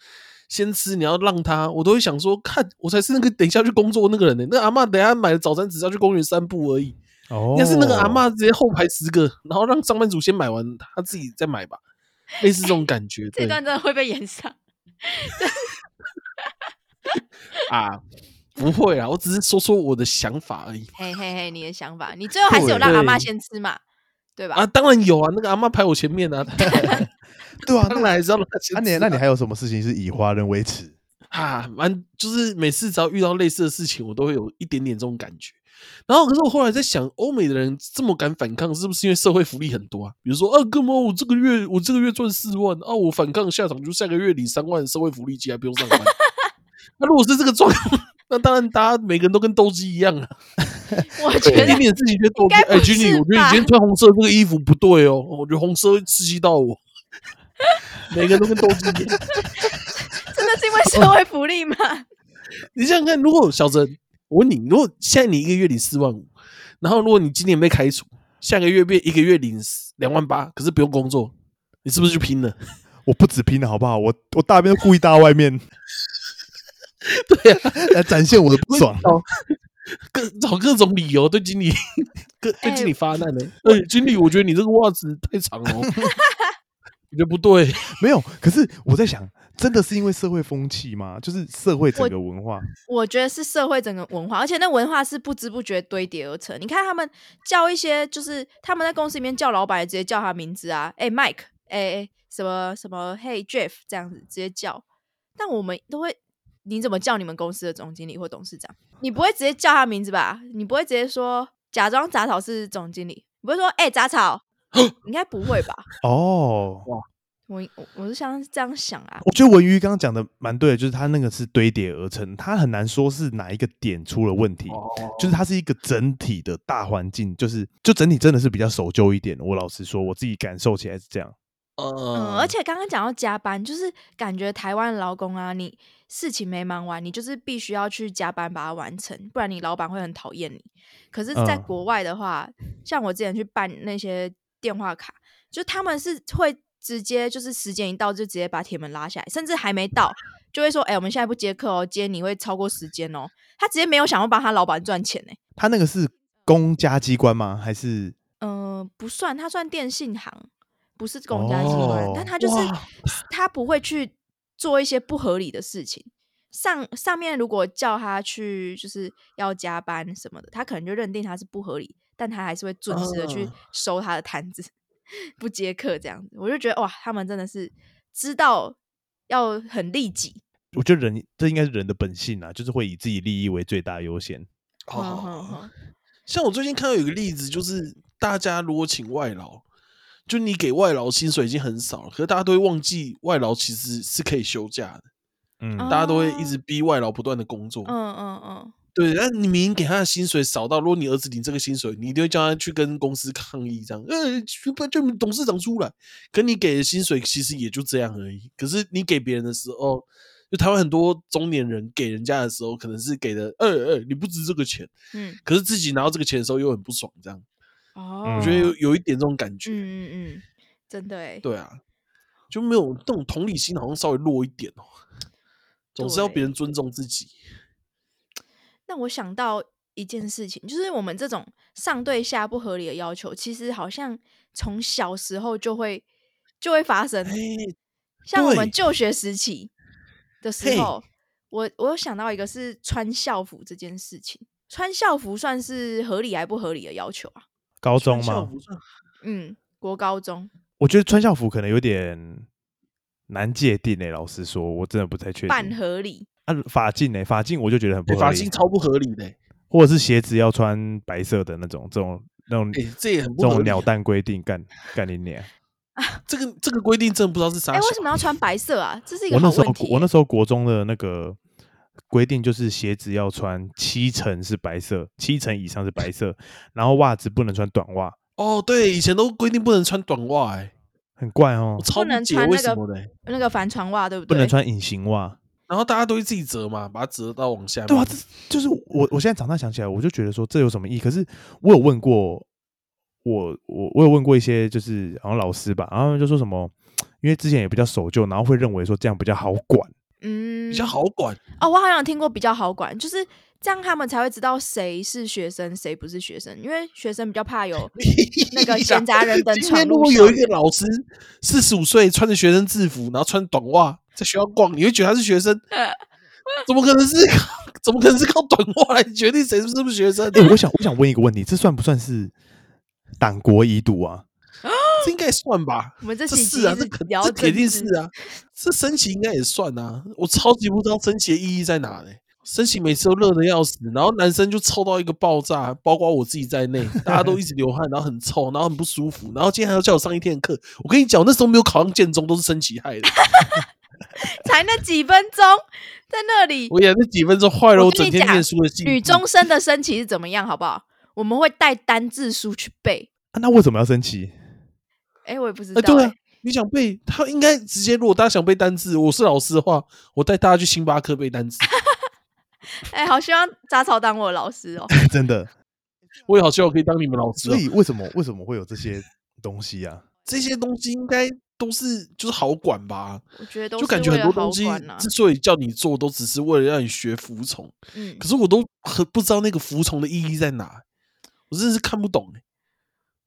Speaker 2: 先吃，你要让她。”我都会想说：“看，我才是那个等一下去工作那个人呢、那阿嬷等一下买了早餐，只是要去公园散步而已。
Speaker 1: 哦
Speaker 2: 要是那个阿嬷直接后排十个，然后让上班族先买完，她自己再买吧，类似这种感觉。
Speaker 3: <laughs> 这
Speaker 2: 对
Speaker 3: 段真的会被延上。
Speaker 2: 啊，不会啊，我只是说说我的想法而已。
Speaker 3: <laughs> 嘿嘿嘿，你的想法，你最后还是有让
Speaker 2: 对
Speaker 3: 阿妈先吃嘛，对吧？
Speaker 2: 啊，当然有啊，那个阿妈排我
Speaker 1: <laughs>
Speaker 2: 前面啊，
Speaker 1: 对啊，
Speaker 2: 当
Speaker 1: 那
Speaker 2: 然还是要让她
Speaker 1: 那
Speaker 2: 先
Speaker 1: 你
Speaker 2: 吃
Speaker 1: 那
Speaker 2: 啊
Speaker 1: 你还有什么事情是以华人为耻？
Speaker 2: 啊，蛮就是每次只要遇到类似的事情，我都会有一点点这种感觉。然后，可是我后来在想，欧美的人这么敢反抗，是不是因为社会福利很多啊？比如说，啊，哥们，我这个月我这个月赚四万，啊，我反抗下场就下个月领三万社会福利金，还不用上
Speaker 3: <laughs>
Speaker 2: 班。那如果是这个状况， <laughs> 那当然大家每个人都跟斗鸡一样啊，
Speaker 3: 我
Speaker 2: 一
Speaker 3: 觉得
Speaker 2: 点点自己觉得斗鸡。
Speaker 3: 应该
Speaker 2: 哎
Speaker 3: 不是
Speaker 2: ，Jenny，我觉得你
Speaker 3: 吧
Speaker 2: 今天穿红色这个衣服不对哦，我觉得红色会刺激到
Speaker 3: <laughs>
Speaker 2: 我。每个人都跟斗鸡一样。
Speaker 3: 真的是 <laughs> 因为社会福利吗？
Speaker 2: 你想想看，如果小陈，我问你，如果现在你一个月领四万五，然后如果你今年被开除，下个月变一个月领两万八，可是不用工作，你是不是去拼了？
Speaker 1: 我不止拼了，好不好？我我大便都故意搭外面，
Speaker 2: <laughs> 对啊，
Speaker 1: 来展现我的不爽。
Speaker 2: 找各找各种理由对经理 <laughs> 各对
Speaker 3: 哎
Speaker 2: 经理发难呢、哎、经理，我觉得你这个袜子太长
Speaker 3: <laughs>
Speaker 2: 了、哦，我觉得不对。
Speaker 1: 没有，可是我在想，真的是因为社会风气吗？就是社会整个文化，
Speaker 3: 我觉得是社会整个文化，而且那文化是不知不觉堆叠而成。你看他们叫一些，就是他们在公司里面叫老板，直接叫他名字啊，哎、m i k e 哎、哎什么什么，Hey Jeff 这样子直接叫。但我们都会，你怎么叫你们公司的总经理或董事长？你不会直接叫他名字吧？你不会直接说假装杂草是总经理？你不会说哎、杂草？应该不会吧？
Speaker 1: 哦，
Speaker 3: 我我我是想这样想啊，
Speaker 1: 我觉得文瑜刚刚讲的蛮对的，就是他那个是堆叠而成，他很难说是哪一个点出了问
Speaker 2: 哦
Speaker 1: 题，就是它是一个整体的大环境，就是就整体真的是比较守旧一点。我老实说，我自己感受起来是这样。
Speaker 2: 呃
Speaker 3: 嗯，而且刚刚讲到加班，就是感觉台湾劳工啊，你事情没忙完，你就是必须要去加班把它完成，不然你老板会很讨厌你。可是，在
Speaker 1: 嗯
Speaker 3: 国外的话，像我之前去办那些电话卡，就他们是会直接就是时间一到就直接把铁门拉下来，甚至还没到就会说：“哎、我们现在不接客哦，接你会超过时间哦。”他直接没有想要帮他老板赚钱欸呢、
Speaker 1: 他那个是公家机关吗？还是
Speaker 3: 嗯、不算，他算电信行，不是公家机关，
Speaker 1: 哦
Speaker 3: 但他就是
Speaker 2: 哇
Speaker 3: 他不会去做一些不合理的事情。上上面如果叫他去就是要加班什么的，他可能就认定他是不合理，但他还是会准时的去
Speaker 2: 啊
Speaker 3: 收他的摊子， <laughs> 不接客这样子。我就觉得哇，他们真的是知道要很利己，
Speaker 1: 我觉得人这应该是人的本性啊，就是会以自己利益为最大优先。
Speaker 2: 好好好
Speaker 3: 好
Speaker 2: 好，
Speaker 3: 好，
Speaker 2: 像我最近看到有个例子，就是大家如果请外劳，就你给外劳薪水已经很少了，可是大家都会忘记外劳其实是可以休假的，
Speaker 1: 嗯
Speaker 3: 啊
Speaker 2: 大家都会一直逼外劳不断的工作。
Speaker 3: 嗯嗯嗯，
Speaker 2: 对，但你明明给他的薪水少到，如果你儿子领这个薪水，你一定会叫他去跟公司抗议，这样，呃，就不就董事长出来，可你给的薪水其实也就这样而已。可是你给别人的时候，就台湾很多中年人给人家的时候，可能是给的，呃呃，你不值这个钱，
Speaker 3: 嗯，
Speaker 2: 可是自己拿到这个钱的时候又很不爽，这样，
Speaker 3: 哦，
Speaker 2: 我觉得有有一点这种感觉，
Speaker 3: 嗯嗯嗯，真的哎，
Speaker 2: 对啊，就没有这种同理心，好像稍微弱一点哦，总是要别人尊重自己，
Speaker 3: 那我想到一件事情，就是我们这种上对下不合理的要求，其实好像从小时候就会就会发生
Speaker 2: 哎。，
Speaker 3: 像我们
Speaker 2: 对
Speaker 3: 就学时期的时
Speaker 2: 嘿
Speaker 3: 候，我我有想到一个是穿校服这件事情。穿校服算是合理还不合理的要求啊？
Speaker 1: 高中
Speaker 2: 校
Speaker 1: 嘛，
Speaker 2: 服算
Speaker 3: 嗯，国高中
Speaker 1: 我觉得穿校服可能有点难界定诶、老实说，我真的不太确
Speaker 3: 半
Speaker 1: 定。
Speaker 3: 合理，
Speaker 1: 啊，法镜诶、法镜我就觉得很不
Speaker 2: 欸
Speaker 1: 合
Speaker 2: 发
Speaker 1: 理嗯
Speaker 2: 型，超不合理的欸、
Speaker 1: 或者是鞋子要穿白色的那种，这种那种、
Speaker 2: 哎、这也很
Speaker 1: 这
Speaker 2: 不合
Speaker 1: 种
Speaker 2: 理
Speaker 1: 鸟
Speaker 2: 啊。
Speaker 1: 蛋规定，干干你娘！
Speaker 2: 这个这个规定真的不知道是啥
Speaker 3: 哎、
Speaker 2: 小。
Speaker 3: 为什么要
Speaker 1: <laughs>
Speaker 3: 穿白色啊？这是一个
Speaker 1: 我
Speaker 3: 好
Speaker 1: 那时候
Speaker 3: 问
Speaker 1: 国
Speaker 3: 题
Speaker 1: 我那
Speaker 3: 欸。
Speaker 1: 时候国中的那个规定就是鞋子要穿七成是白色，七成以上是白色，然后袜子不能穿短袜，
Speaker 2: 哦，对，以前都规定不能穿短袜、欸，哎，
Speaker 1: 很怪哦
Speaker 2: 我，超
Speaker 3: 不能
Speaker 2: 解
Speaker 3: 穿
Speaker 2: 为
Speaker 3: 那
Speaker 2: 什
Speaker 3: 个
Speaker 2: 么的欸、
Speaker 3: 那个帆船袜对不对？
Speaker 1: 不能穿隐形袜。
Speaker 2: 然后大家都会自己折嘛，把它折到往下面。
Speaker 1: 对啊，这就是我我现在长大想起来，我就觉得说这有什么意义？可是我有问过我我我有问过一些就是好像老师吧，然后他们就说什么，因为之前也比较守旧，然后会认为说这样比较好管。
Speaker 3: 嗯，
Speaker 2: 比较好管。
Speaker 3: 哦，我好像有听过比较好管，就是这样，他们才会知道谁是学生，谁不是学生，因为学生比较
Speaker 2: <laughs>
Speaker 3: 怕有那个闲杂人等
Speaker 2: 今
Speaker 3: 闯
Speaker 2: 天如
Speaker 3: 入
Speaker 2: 果
Speaker 3: 校
Speaker 2: 有一个
Speaker 3: 园。
Speaker 2: 老师四十五岁，穿着学生制服，然后穿短袜在学校逛，你会觉得他是学
Speaker 3: <laughs>
Speaker 2: 生？怎么可能是靠？怎么可能是靠短袜来决定谁是不是
Speaker 1: <laughs>
Speaker 2: 学生？
Speaker 1: 哎、我想我想问一个问题，这算不算是党国遗毒啊？
Speaker 2: 这应该算吧？
Speaker 3: 我们这
Speaker 2: 这
Speaker 3: 期
Speaker 2: 是啊，
Speaker 3: 其实
Speaker 2: 这肯
Speaker 3: 聊
Speaker 2: 这肯
Speaker 3: 政
Speaker 2: 定
Speaker 3: 治
Speaker 2: 是啊，这升旗应该也算啊。我超级不知道升旗的意义在哪嘞、升旗每次都热的要死，然后男生就臭到一个爆炸，包括我自己在
Speaker 3: <laughs>
Speaker 2: 内，大家都一直流汗，然后很臭，然后很不舒服，然后今天还要叫我上一天的课。我跟你讲，我那时候没有考上建中都是升旗害的，
Speaker 3: 才那几分钟，在那里
Speaker 2: 我演那几分钟坏了
Speaker 3: 我
Speaker 2: 我
Speaker 3: 跟
Speaker 2: 整
Speaker 3: 你
Speaker 2: 天
Speaker 3: 讲
Speaker 2: 念书的兴致
Speaker 3: 女中生的升旗是怎么样，好不好？我们会带单字书去背。
Speaker 1: 啊那为什么要升旗？
Speaker 3: 哎、我也不知
Speaker 2: 啊，
Speaker 3: 道、
Speaker 2: 对
Speaker 3: 欸
Speaker 2: 啊，你想背，他应该直接。如果大家想背单字，我是老师的话，我带大家去星巴克背单字。
Speaker 3: 哎、好希望杂草当我的
Speaker 2: <laughs>
Speaker 3: 老师哦。
Speaker 1: <laughs> 真的？
Speaker 2: 我也好希望我可以当你们老师、哦
Speaker 1: 所。以为什么为什么会有这些东西啊？
Speaker 2: 这些东西应该都是就是好管吧，
Speaker 3: 我觉得都
Speaker 2: 就感
Speaker 3: 是
Speaker 2: 觉
Speaker 3: 为
Speaker 2: 很
Speaker 3: 了
Speaker 2: 多
Speaker 3: 好
Speaker 2: 东西
Speaker 3: 管呐、啊
Speaker 2: 之。所以叫你做，都只是为了让你学服从。
Speaker 3: 嗯
Speaker 2: 可，是我都很不知道那个服从的意义在哪，我真的是看不懂、欸、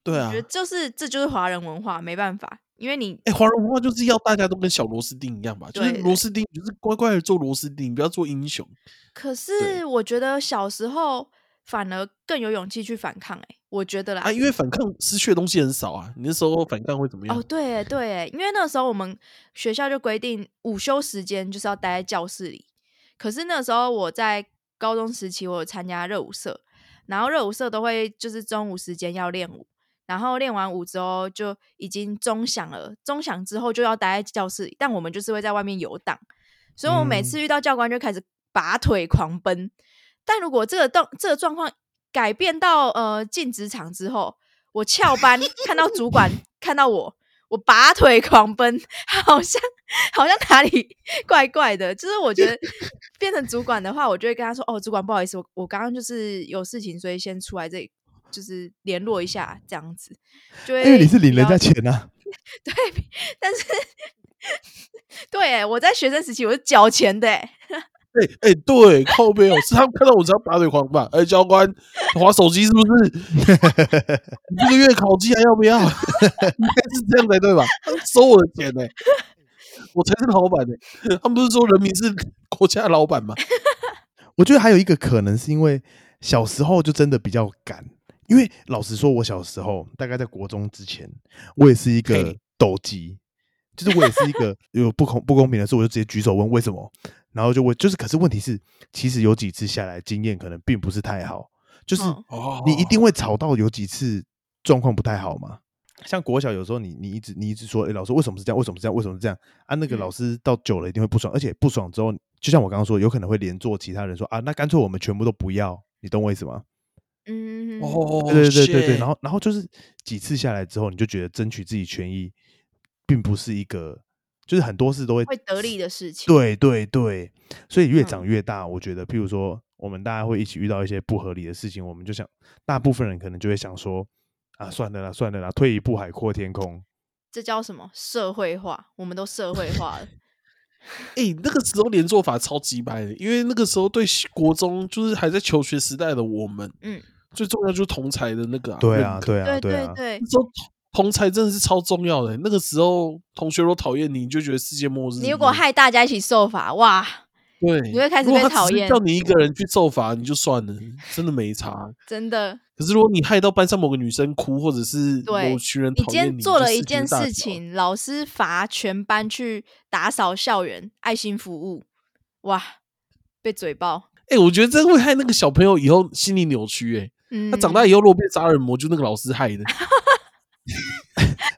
Speaker 2: 对
Speaker 3: 我
Speaker 2: 啊
Speaker 3: 觉，得就是这就是华人文化，没办法，因为你
Speaker 2: 哎、华人文化就是要大家都跟小螺丝钉一样吧，就是
Speaker 3: 对对
Speaker 2: 螺丝钉就是乖乖的做螺丝钉，不要做英雄。
Speaker 3: 可是我觉得小时候反而更有勇气去反抗、欸，我觉得啦。
Speaker 2: 啊，因为反抗失去的东西很少啊，你那时候反抗会怎么样？
Speaker 3: 哦，对欸对欸，因为那时候我们学校就规定午休时间就是要待在教室里。可是那时候我在高中时期，我有参加热舞社，然后热舞社都会就是中午时间要练舞，然后练完舞之后就已经钟响了，钟响之后就要待在教室里，但我们就是会在外面游荡，所以我每次遇到教官就开始拔腿狂奔。但如果这个动这个状况改变到呃进职场之后，我翘班看到主管看到我，我拔腿狂奔，好像好像哪里 <laughs> 怪怪的。就是我觉得变成主管的话，我就会跟他说：“哦，主管，不好意思，我我刚刚就是有事情，所以先出来这里，就是联络一下这样子。”就会
Speaker 1: 因为你是领
Speaker 3: 比
Speaker 1: 人家
Speaker 3: 较
Speaker 1: 钱啊，
Speaker 3: 对，但是对欸，我在学生时期我是缴钱的欸，
Speaker 2: 哎、哎、对，靠背哦，是他们看到我才要拔腿狂吧？哎、教官，划手机是不
Speaker 1: <laughs>
Speaker 2: 是？你这个月烤鸡还要不要？ <laughs> 应该是这样才对吧？他们收我的钱呢、我才是老板呢、他们不是说人民是国家的老板吗？
Speaker 1: 我觉得还有一个可能是因为小时候就真的比较赶，因为老实说，我小时候大概在国中之前，我也是一个
Speaker 2: 嘿
Speaker 1: 斗鸡，就是我也是一个有不公不公平的事，我就直接举手问为什么，然后就问，就是可是问题是，其实有几次下来经验可能并不是太好，就是
Speaker 3: 嗯
Speaker 2: 哦，
Speaker 1: 你一定会吵到有几次状况不太好嘛。像国小有时候你你一直你一直说，哎、老师为什么是这样？为什么是这样？为什么是这样？啊，那个
Speaker 3: 嗯
Speaker 1: 老师到久了一定会不爽，而且不爽之后，就像我刚刚说，有可能会连坐其他人说啊，那干脆我们全部都不要，你懂我意思吗？
Speaker 3: 嗯，
Speaker 2: 哦，
Speaker 1: 对对对对对，然
Speaker 2: 后
Speaker 1: 后然后就是几次下来之后，你就觉得争取自己权益，并不是一个，就是很多事都会
Speaker 3: 会得利的事情。
Speaker 1: 对对对，所以越长
Speaker 3: 嗯
Speaker 1: 越大，我觉得，譬如说，我们大家会一起遇到一些不合理的事情，我们就想，大部分人可能就会想说，啊，算了啦，算了啦，退一步海阔天空。
Speaker 3: 这叫什么社会化？我们都社会化了。
Speaker 2: 哎，那个时候连坐法超级白的，因为那个时候对国中就是还在求学时代的我们，
Speaker 3: 嗯，
Speaker 2: 最重要就是同才的那个、啊，
Speaker 1: 对啊，
Speaker 2: 认可
Speaker 1: <laughs> 对啊，
Speaker 3: 对对
Speaker 1: 啊，
Speaker 3: 对
Speaker 2: 那，时候同才真的是超重要的、那个时候同学如果讨厌你，你就觉得世界末日一样。
Speaker 3: 你如果害大家一起受罚，哇，
Speaker 2: 对，
Speaker 3: 你会开始
Speaker 2: 如果他
Speaker 3: 被讨
Speaker 2: 只是
Speaker 3: 厌
Speaker 2: 叫你一个人去受罚，你就算了，真的没差。
Speaker 3: 真的，
Speaker 2: 可是如果你害到班上某个女生哭，或者是
Speaker 3: 对
Speaker 2: 某群人
Speaker 3: 你
Speaker 2: 讨
Speaker 3: 今
Speaker 2: 厌
Speaker 3: 天做了一件
Speaker 2: 就
Speaker 3: 事
Speaker 2: 世界大条，
Speaker 3: 情，老师罚全班去打扫校园，爱心服务，哇，被嘴爆。
Speaker 2: 哎、我觉得这会害那个小朋友以后心理扭曲、哎、
Speaker 3: 嗯，
Speaker 2: 他长大以后如果变杀人魔，就那个老师害的。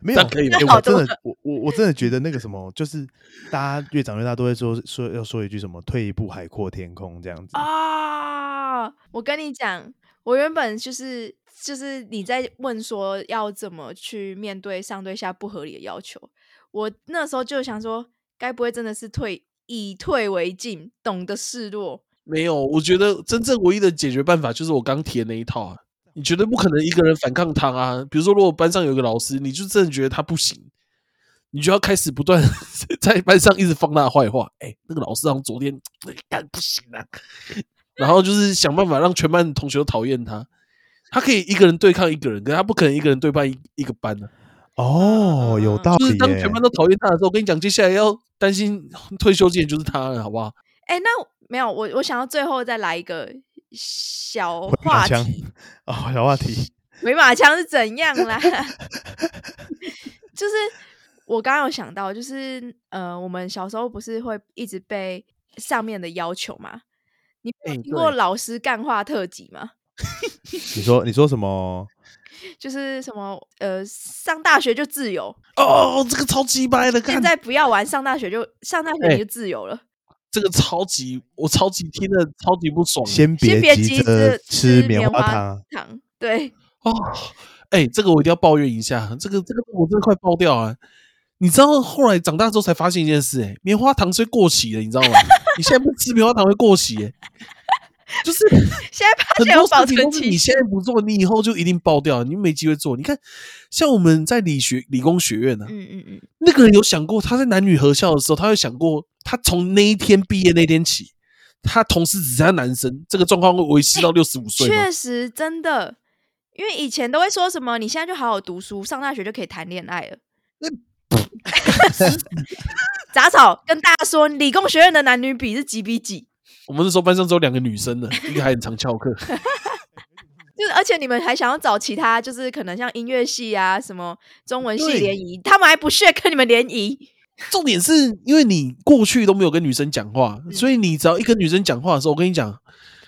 Speaker 1: 没
Speaker 2: 这
Speaker 1: 有
Speaker 2: 样可以吗
Speaker 1: 诶
Speaker 3: 好
Speaker 1: 我真
Speaker 3: 多
Speaker 1: 的，我我我真的觉得那个什么，就是大家越长越大都会说说要说一句什么，退一步海阔天空这样子。
Speaker 3: 啊！我跟你讲，我原本就是就是你在问说要怎么去面对上对下不合理的要求，我那时候就想说，该不会真的是退以退为进，懂得示弱？
Speaker 2: 没有，我觉得真正唯一的解决办法就是我刚提的那一套啊。你绝对不可能一个人反抗他啊！比如说，如果班上有一个老师，你就真的觉得他不行，你就要开始不断 <laughs> 地在班上一直放大坏话。哎、那个老师好像昨天哎干不行啊， <laughs> 然后就是想办法让全班的同学都讨厌他。他可以一个人对抗一个人，可是他不可能一个人对抗一一个班啊。
Speaker 1: 哦，有
Speaker 3: 嗯
Speaker 1: 道
Speaker 2: 就是
Speaker 1: 理
Speaker 2: 当
Speaker 1: 耶、
Speaker 2: 全班都讨厌他的时候，我跟你讲，接下来要担心退休金的就是他了，好不好？
Speaker 3: 哎，那我没有，我我想要最后再来一个小
Speaker 1: 回
Speaker 3: 话
Speaker 1: 马枪
Speaker 3: 题，
Speaker 1: 哦，小话题，
Speaker 3: 回马枪是怎样啦？ <laughs> 就是我刚刚有想到，就是呃，我们小时候不是会一直被上面的要求吗？你没有
Speaker 2: 哎
Speaker 3: 听过
Speaker 2: 对
Speaker 3: 老师干话特辑吗？
Speaker 1: 你说你说什么？
Speaker 3: 就是什么呃，上大学就自由，
Speaker 2: 哦，这个超鸡掰的，
Speaker 3: 现
Speaker 2: 看
Speaker 3: 在不要玩，上大学就上大学
Speaker 2: 哎
Speaker 3: 你就自由了。
Speaker 2: 这个超级，我超级听的超级不爽的
Speaker 1: 先
Speaker 3: 先
Speaker 1: 别
Speaker 3: 急
Speaker 1: 急
Speaker 3: 着
Speaker 1: 着
Speaker 3: 吃
Speaker 1: 吃棉
Speaker 3: 花
Speaker 1: 花糖。
Speaker 3: 糖，对， <laughs>
Speaker 2: 哦。哎、这个我一定要抱怨一下，这个这个我真的快爆掉了。你知道后来长大之后才发现一件事、哎，棉花糖是会过期的，你知道吗？你现在不吃棉花糖会过期、哎，
Speaker 3: <laughs>
Speaker 2: 就是
Speaker 3: 现在发
Speaker 2: 很
Speaker 3: 现有
Speaker 2: 多
Speaker 3: 保
Speaker 2: 事情
Speaker 3: 存
Speaker 2: 都是你
Speaker 3: 期，
Speaker 2: 现在不做，你以后就一定爆掉，你没机会做。你看，像我们在理学理工学院呢、啊，
Speaker 3: 嗯嗯嗯，
Speaker 2: 那个人有想过，他在男女合校的时候，他会想过，他从那一天毕业那天起，他同时只是他男生，这个状况会维持到六十五岁吗？
Speaker 3: 确实真的，因为以前都会说什么，你现在就好好读书，上大学就可以谈恋爱了。 <laughs> 杂草跟大家说，理工学院的男女比是几比几？
Speaker 2: 我们那时候班上只有两个女生呢，一个还很常翘课。
Speaker 3: 就是而且你们还想要找其他，就是可能像音乐系啊、什么中文系
Speaker 2: 对
Speaker 3: 联谊，他们还不屑跟你们联谊。
Speaker 2: 重点是因为你过去都没有跟女生讲话，所以你只要一跟女生讲话的时候，我跟你讲，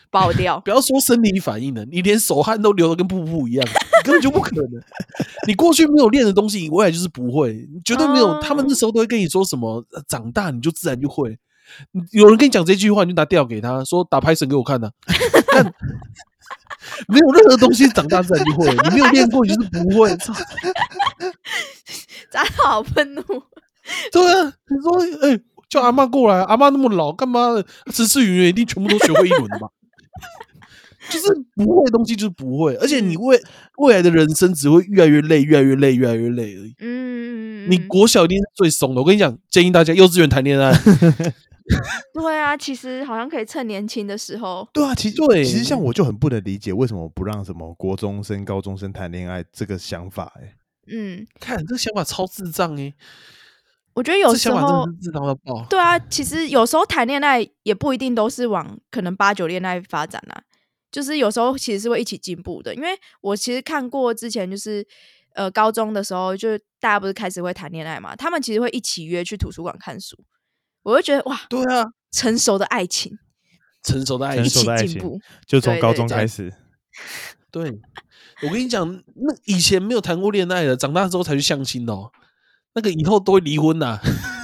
Speaker 3: 爆掉。 <laughs>
Speaker 2: 不要说生理反应了，你连手汗都流的跟瀑布一样，你根本就不可能。你过去没有练的东西，你未来就是不会，你绝对没有。
Speaker 3: 哦
Speaker 2: 他们那时候都会跟你说什么，呃长大你就自然就会。你有人跟你讲这句话，你就拿调给他说打 Python 给我看呐、但没有任何东西长大自然就会，你没有练过你就是不会。操
Speaker 3: 杂草好愤
Speaker 2: <laughs>
Speaker 3: 怒，
Speaker 2: 对啊，你说哎、叫阿妈过来，阿妈那么老，干嘛？陈世云一定全部都学会一轮的吧？ <laughs> 就是不会的东西就是不会，而且你未未来的人生只会越来越累，越来越累，越来越累而已。
Speaker 3: 嗯，
Speaker 2: 你国小一定是最松的，我跟你讲，建议大家幼稚园谈 <laughs> 恋爱，
Speaker 3: 对啊，其实好像可以趁年轻的时候，
Speaker 1: 对啊，其实
Speaker 2: 对
Speaker 1: 其实像我就很不能理解为什么不让什么国中生、高中生谈恋爱这个想法、欸，
Speaker 3: 嗯，
Speaker 2: 看这个想法超智障哎、
Speaker 3: 我觉得有
Speaker 2: 这
Speaker 3: 时
Speaker 2: 想法真
Speaker 3: 候
Speaker 2: 的是智障到爆。
Speaker 3: 对啊，其实有时候谈恋爱也不一定都是往可能八九恋爱发展啊，就是有时候其实是会一起进步的。因为我其实看过之前就是呃高中的时候，就是大家不是开始会谈恋爱嘛，他们其实会一起约去图书馆看书，我就觉得哇，
Speaker 2: 对啊，
Speaker 3: 成熟的爱情，
Speaker 2: 成熟的爱
Speaker 1: 成
Speaker 3: 一
Speaker 2: 情，
Speaker 1: 熟
Speaker 3: 起
Speaker 1: 的爱
Speaker 3: 进
Speaker 1: 情
Speaker 3: 步，
Speaker 1: 就从
Speaker 3: 对
Speaker 1: 高
Speaker 3: 对
Speaker 1: 中
Speaker 3: 对
Speaker 1: 开始，
Speaker 2: 对。我跟你讲，那以前没有谈过恋爱的，长大之后才去相亲的哦，那个以后都会离婚呐、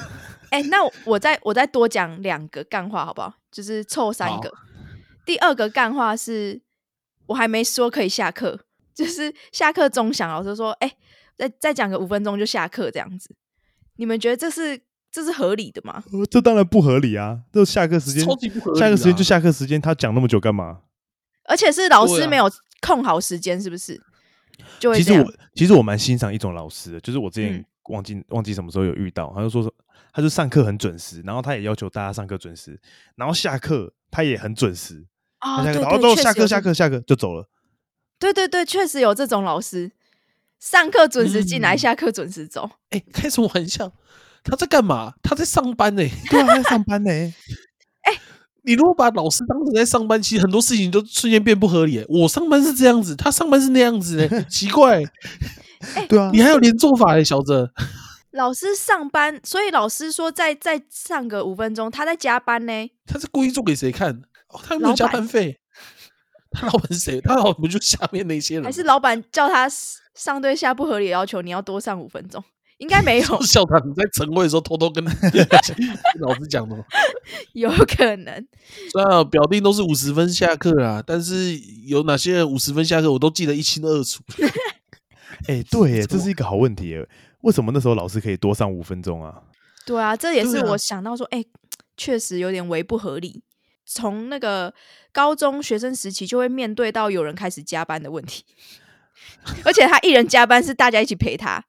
Speaker 2: <laughs>
Speaker 3: 哎、那我我再我再多讲两个干话好不好？就是凑三
Speaker 2: 好
Speaker 3: 个。第二个干话是，我还没说可以下课，就是下课钟响，老师说：“哎、再再讲个五分钟就下课。”这样子，你们觉得这是这是合理的吗？
Speaker 1: 呃这当然不合理啊！就下课时间，
Speaker 2: 超级不合理的啊
Speaker 1: 下课时间就下课时间，他讲那么久干嘛？
Speaker 3: 而且是老
Speaker 2: 对
Speaker 3: 师
Speaker 2: 啊
Speaker 3: 没有控好时间，是不是？就会
Speaker 1: 其
Speaker 3: 这
Speaker 1: 实
Speaker 3: 样
Speaker 1: 我其实我蛮欣赏一种老师的，就是我之前
Speaker 3: 嗯
Speaker 1: 忘记、忘记什么时候有遇到，他就说他就上课很准时，然后他也要求大家上课准时，然后下课他也很准时，
Speaker 3: 啊、
Speaker 1: 他下
Speaker 3: 哦，
Speaker 1: 课
Speaker 3: 对
Speaker 1: 然后
Speaker 3: 对，
Speaker 1: 都
Speaker 3: 确
Speaker 1: 下
Speaker 3: 实
Speaker 1: 课
Speaker 3: 有
Speaker 1: 下
Speaker 3: 这，
Speaker 1: 课下课就走了，
Speaker 3: 对对对，确实有这种老师，上课准时进来，
Speaker 2: 嗯
Speaker 3: 下课准时走。
Speaker 2: 哎、开什么玩笑？他在干嘛？他在上班呢、
Speaker 1: 对啊，他在上
Speaker 3: <laughs>
Speaker 1: 班呢、
Speaker 2: 你如果把老师当成在上班，其实很多事情都瞬间变不合理、欸。我上班是这样子，他上班是那样子、
Speaker 3: <laughs>
Speaker 2: 欸，奇怪欸、
Speaker 1: 对啊，
Speaker 2: 你还有连做法嘞、小哲。
Speaker 3: 老师上班，所以老师说再再上个五分钟，他在加班呢。
Speaker 2: 他是故意做给谁看？哦、他有没有
Speaker 3: 老
Speaker 2: 加
Speaker 3: 板
Speaker 2: 班费？他老板是谁？他老板不就下面那些人吗？
Speaker 3: 还是老板叫他上对下不合理的要求，你要多上五分钟？应该没 <laughs> 有，
Speaker 2: 校长你在晨会的时候偷偷跟 <laughs> 跟老师讲的吗？
Speaker 3: 有可能。
Speaker 2: 虽然表定都是五十分下课啊，但是有哪些人五十分下课，我都记得一清二楚。 <laughs>
Speaker 1: 哎、对耶，
Speaker 2: 怎
Speaker 1: 这
Speaker 2: 么
Speaker 1: 是一个好问题耶，为什么那时候老师可以多上五分钟啊？
Speaker 3: 对啊，这也
Speaker 2: 对
Speaker 3: 是
Speaker 2: 啊
Speaker 3: 我想到说，哎、确实有点为不合理。从那个高中学生时期，就会面对到有人开始加班的问题， <laughs> 而且他一人加班是大家一起陪他。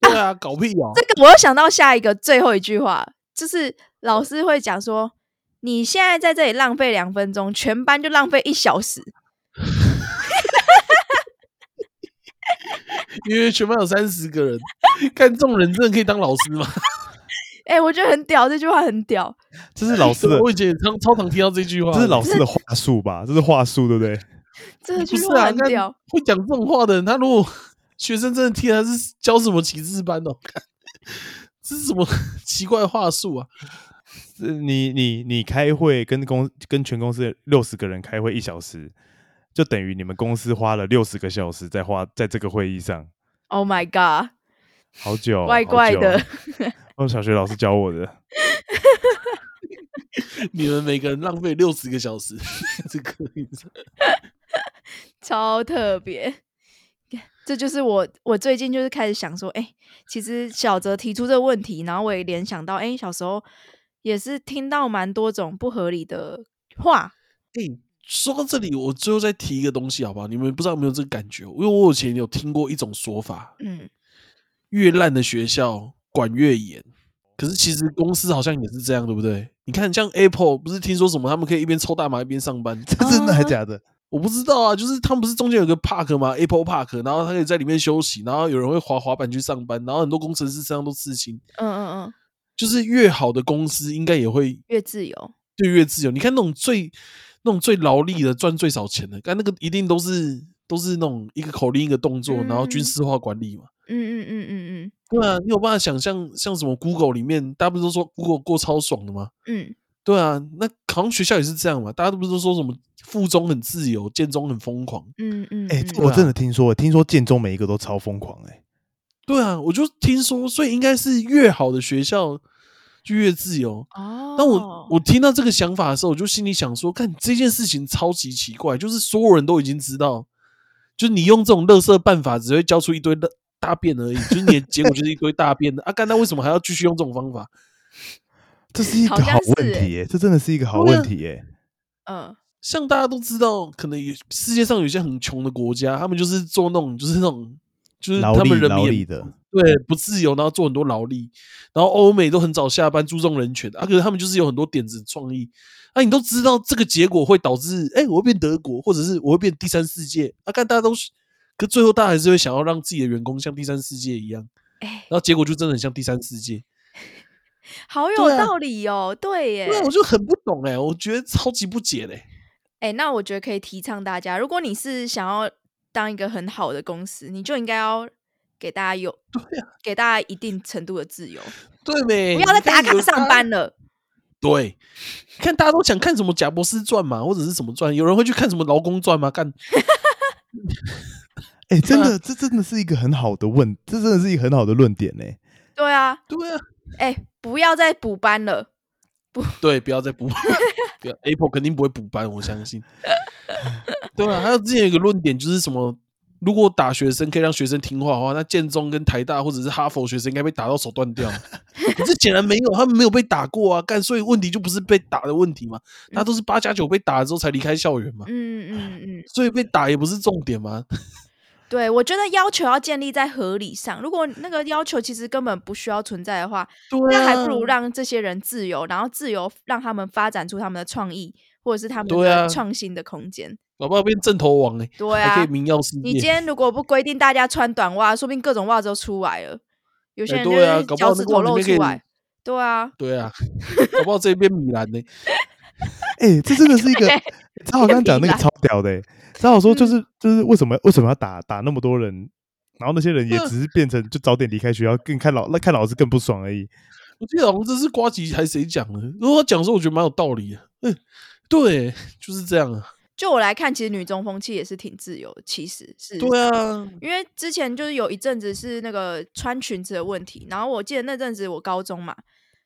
Speaker 2: 对啊，搞屁哦、
Speaker 3: 这个我又想到下一个最后一句话，就是老师会讲说：“你现在在这里浪费两分钟，全班就浪费一小时。
Speaker 2: 因为全班有三十个人， <laughs> 看这种人真的可以当老师吗？
Speaker 3: 哎，我觉得很屌，这句话很屌。
Speaker 1: <laughs> 这是老师的，
Speaker 2: 我以前也常超常听到这句话。
Speaker 1: 这是老师的话术吧？这是话术，对不对？
Speaker 3: 这
Speaker 2: 不
Speaker 3: 句
Speaker 2: 是
Speaker 3: 话
Speaker 2: 啊，
Speaker 3: 很
Speaker 2: 那
Speaker 3: 屌，
Speaker 2: 会讲这种话的人，他如果学生真的听，他是教什么旗帜班哦？ <laughs> 看这是什么 <laughs> 奇怪的话术啊？
Speaker 1: 是你你你开会跟公跟全公司六十个人开会一小时，就等于你们公司花了六十个小时在花在这个会议上，
Speaker 3: Oh my god！
Speaker 1: 好久，
Speaker 3: 怪
Speaker 1: 好
Speaker 3: 怪
Speaker 1: 久 <laughs>
Speaker 3: 的。
Speaker 1: 我小学老师教我的，
Speaker 2: 你们每个人浪费六十个小时， <laughs> 这个
Speaker 3: 超特别。 <laughs> 这就是我，我最近就是开始想说，哎、其实小泽提出这个问题，然后我也联想到，哎、小时候也是听到蛮多种不合理的话，
Speaker 2: 哎、说到这里，我最后再提一个东西好不好？你们不知道有没有这个感觉？因为我以前有听过一种说法，
Speaker 3: 嗯，
Speaker 2: 越烂的学校管越严。可是其实公司好像也是这样，对不对？你看，像 Apple 不是听说什么他们可以一边抽大麻一边上班？
Speaker 1: <laughs> 真的还假的？
Speaker 2: <laughs> 我不知道啊，就是他们不是中间有个 park 吗？Apple Park，然后他可以在里面休息，然后有人会滑滑板去上班，然后很多工程师身上都刺青。
Speaker 3: 嗯嗯嗯，
Speaker 2: 就是越好的公司应该也会
Speaker 3: 越自由，
Speaker 2: 就越自由。你看那种最那种最劳力的赚最少钱的，但那个一定都是都是那种一个口令一个动作，然后军
Speaker 3: 嗯
Speaker 2: 事化管理嘛。
Speaker 3: 嗯嗯嗯嗯
Speaker 2: 对啊，你有办法想象像什么 Google 里面，大家不是都说 Google 过超爽的吗？
Speaker 3: 嗯
Speaker 2: 对啊，那好像学校也是这样嘛，大家都不是都说什么附中很自由，建中很疯狂。
Speaker 3: 嗯嗯嗯，
Speaker 1: <laughs> 哎、
Speaker 3: 嗯
Speaker 1: 这我真的听说，听说建中每一个都超疯狂哎、
Speaker 2: 对啊，我就听说，所以应该是越好的学校就越自由。
Speaker 3: 哦，
Speaker 2: 但我我听到这个想法的时候，我就心里想说，看这件事情超级奇怪，就是所有人都已经知道，就是你用这种垃圾办法，只会教出一堆垃大便而已，就是你的结果就是一堆大便的啊！干，那为什么还要继续用这种方法？
Speaker 1: 这是一个
Speaker 3: 好像
Speaker 1: 好问
Speaker 3: 是哎
Speaker 1: 题耶、这真的是一个好
Speaker 2: 对啊
Speaker 1: 问题耶、
Speaker 3: 嗯
Speaker 2: 像大家都知道，可能有世界上有些很穷的国家，他们就是做那种，就是那种，就是
Speaker 1: 劳
Speaker 2: 他
Speaker 1: 力
Speaker 2: 们人
Speaker 1: 劳
Speaker 2: 民
Speaker 1: 力
Speaker 2: 也
Speaker 1: 的，
Speaker 2: 对不自由，然后做很多劳力，然后欧美都很早下班，注重人权啊，可是他们就是有很多点子创意啊，你都知道这个结果会导致，哎，我会变德国，或者是我会变第三世界啊，看大家都是，可最后大家还是会想要让自己的员工像第三世界一样，
Speaker 3: 哎、
Speaker 2: 然后结果就真的很像第三世界，
Speaker 3: 好有
Speaker 2: 对啊
Speaker 3: 道理哦，对耶，
Speaker 2: 那我就很不懂哎、我觉得超级不解嘞、 <laughs>
Speaker 3: 哎、那我觉得可以提倡大家，如果你是想要当一个很好的公司，你就应该要给大家有，给大家一定程度的自由，
Speaker 2: 啊对没？
Speaker 3: 不要再
Speaker 2: 你
Speaker 3: 打
Speaker 2: 看
Speaker 3: 卡
Speaker 2: 有
Speaker 3: 上
Speaker 2: 大
Speaker 3: 班了。
Speaker 2: 对，看大家都想看什么《贾博士传》嘛，或者是什么传？有人会去看什么《劳工传》吗？干，
Speaker 1: 哎、真
Speaker 3: 嗯
Speaker 1: 的，这真的是一个很好的问，这真的是一个很好的论点呢、
Speaker 3: 对啊，
Speaker 2: 对啊，
Speaker 3: 哎、不要再补班了。
Speaker 2: 对，不要再补 <laughs> 班，不要 Apple 肯定不会补班，我相信。对啊，还有之前有一个论点就是什么，如果打学生可以让学生听话的话，那建中跟台大或者是哈佛学生应该被打到手断 <laughs> 掉。可是显然没有，他们没有被打过啊，干，所以问题就不是被打的问题嘛，他都是八加九被打了之后才离开校园嘛，
Speaker 3: 嗯嗯嗯，
Speaker 2: 所以被打也不是重点嘛。
Speaker 3: 对，我觉得要求要建立在合理上。如果那个要求其实根本不需要存在的话，
Speaker 2: 对啊，
Speaker 3: 那还不如让这些人自由，然后自由让他们发展出他们的创意或者是他们
Speaker 2: 对啊
Speaker 3: 的创新的
Speaker 2: <laughs>
Speaker 3: 空间。
Speaker 2: 搞不好变正头王哎、
Speaker 3: 对
Speaker 2: 还可
Speaker 3: 啊
Speaker 2: 以，民耀世
Speaker 3: 你今
Speaker 2: 界。
Speaker 3: 天如果不规定大家穿短袜，说不定各种袜子都出来了。有些
Speaker 2: 哎
Speaker 3: 人就
Speaker 2: 对啊
Speaker 3: 是
Speaker 2: 搞不好
Speaker 3: 脚
Speaker 2: 那
Speaker 3: 趾
Speaker 2: 个袜子里
Speaker 3: 头露
Speaker 2: 面可以
Speaker 3: 出来。对啊，
Speaker 2: 对啊，搞不好这边米兰呢、
Speaker 1: 哎、这真的是一个超好刚刚讲那个超屌的、欸，超好说
Speaker 3: 嗯
Speaker 1: 就是、就是为什么为什么要打打那么多人，然后那些人也
Speaker 2: 嗯
Speaker 1: 只是变成就早点离开学校，更看老那看老师更不爽而已。
Speaker 2: 我记得好像这是瓜吉还是谁讲的，如果他讲的时候我觉得蛮有道理的。嗯，对，就是这样啊。
Speaker 3: 就我来看，其实女中风气也是挺自由的，其实是
Speaker 2: 对啊，
Speaker 3: 因为之前就是有一阵子是那个穿裙子的问题，然后我记得那阵子我高中嘛，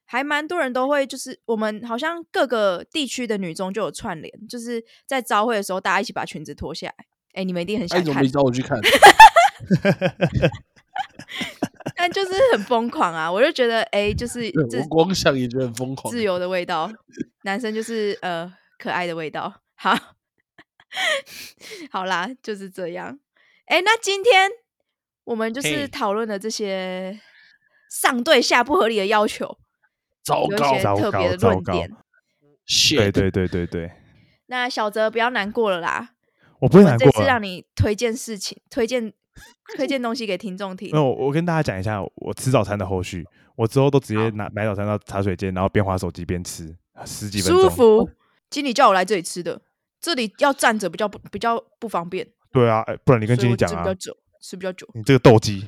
Speaker 3: 还蛮多人都会就是我们好像各个地区的女中就有串联，就是在招会的时候大家一起把裙子脱下来。哎、你们一定很
Speaker 2: 哎，
Speaker 3: 想
Speaker 2: 你怎么
Speaker 3: 看
Speaker 2: 没，找我去看？
Speaker 3: 但就是很疯狂啊！我就觉得，哎、就是
Speaker 2: <laughs> 对
Speaker 3: 这
Speaker 2: 我光想也觉得很疯狂
Speaker 3: 自。由的味道，男生就是呃可爱的味道。好， <laughs> 好啦，就是这样。哎、那今天我们就
Speaker 2: 嘿
Speaker 3: 是讨论了这些上对下不合理的要求，
Speaker 2: 糟
Speaker 3: 有一
Speaker 2: 糕
Speaker 3: 些，
Speaker 1: 糟
Speaker 3: 特
Speaker 1: 糕
Speaker 3: 别的
Speaker 1: 糟
Speaker 3: 论
Speaker 1: 糕
Speaker 3: 点。
Speaker 1: 对
Speaker 2: shit，
Speaker 1: 对对对对，
Speaker 3: 那小泽不要难过了啦，
Speaker 1: 我不会
Speaker 3: 我
Speaker 1: 难
Speaker 3: 们
Speaker 1: 过
Speaker 3: 这次
Speaker 1: 啊。
Speaker 3: 让你推荐事情，推荐推荐东西给听众听
Speaker 1: 那。我我跟大家讲一下我吃早餐的后续，我之后都直接
Speaker 3: 好
Speaker 1: 拿买早餐到茶水间，然后边划手机边吃，十几分钟。
Speaker 3: 舒服，经理叫我来这里吃的，这里要站着比较不比较不方便，
Speaker 1: 对啊，哎不然你跟
Speaker 3: 所
Speaker 1: 经理
Speaker 3: 以我
Speaker 1: 讲
Speaker 3: 吃比
Speaker 1: 啊
Speaker 3: 较，久，吃比较久。
Speaker 1: 你这个斗鸡。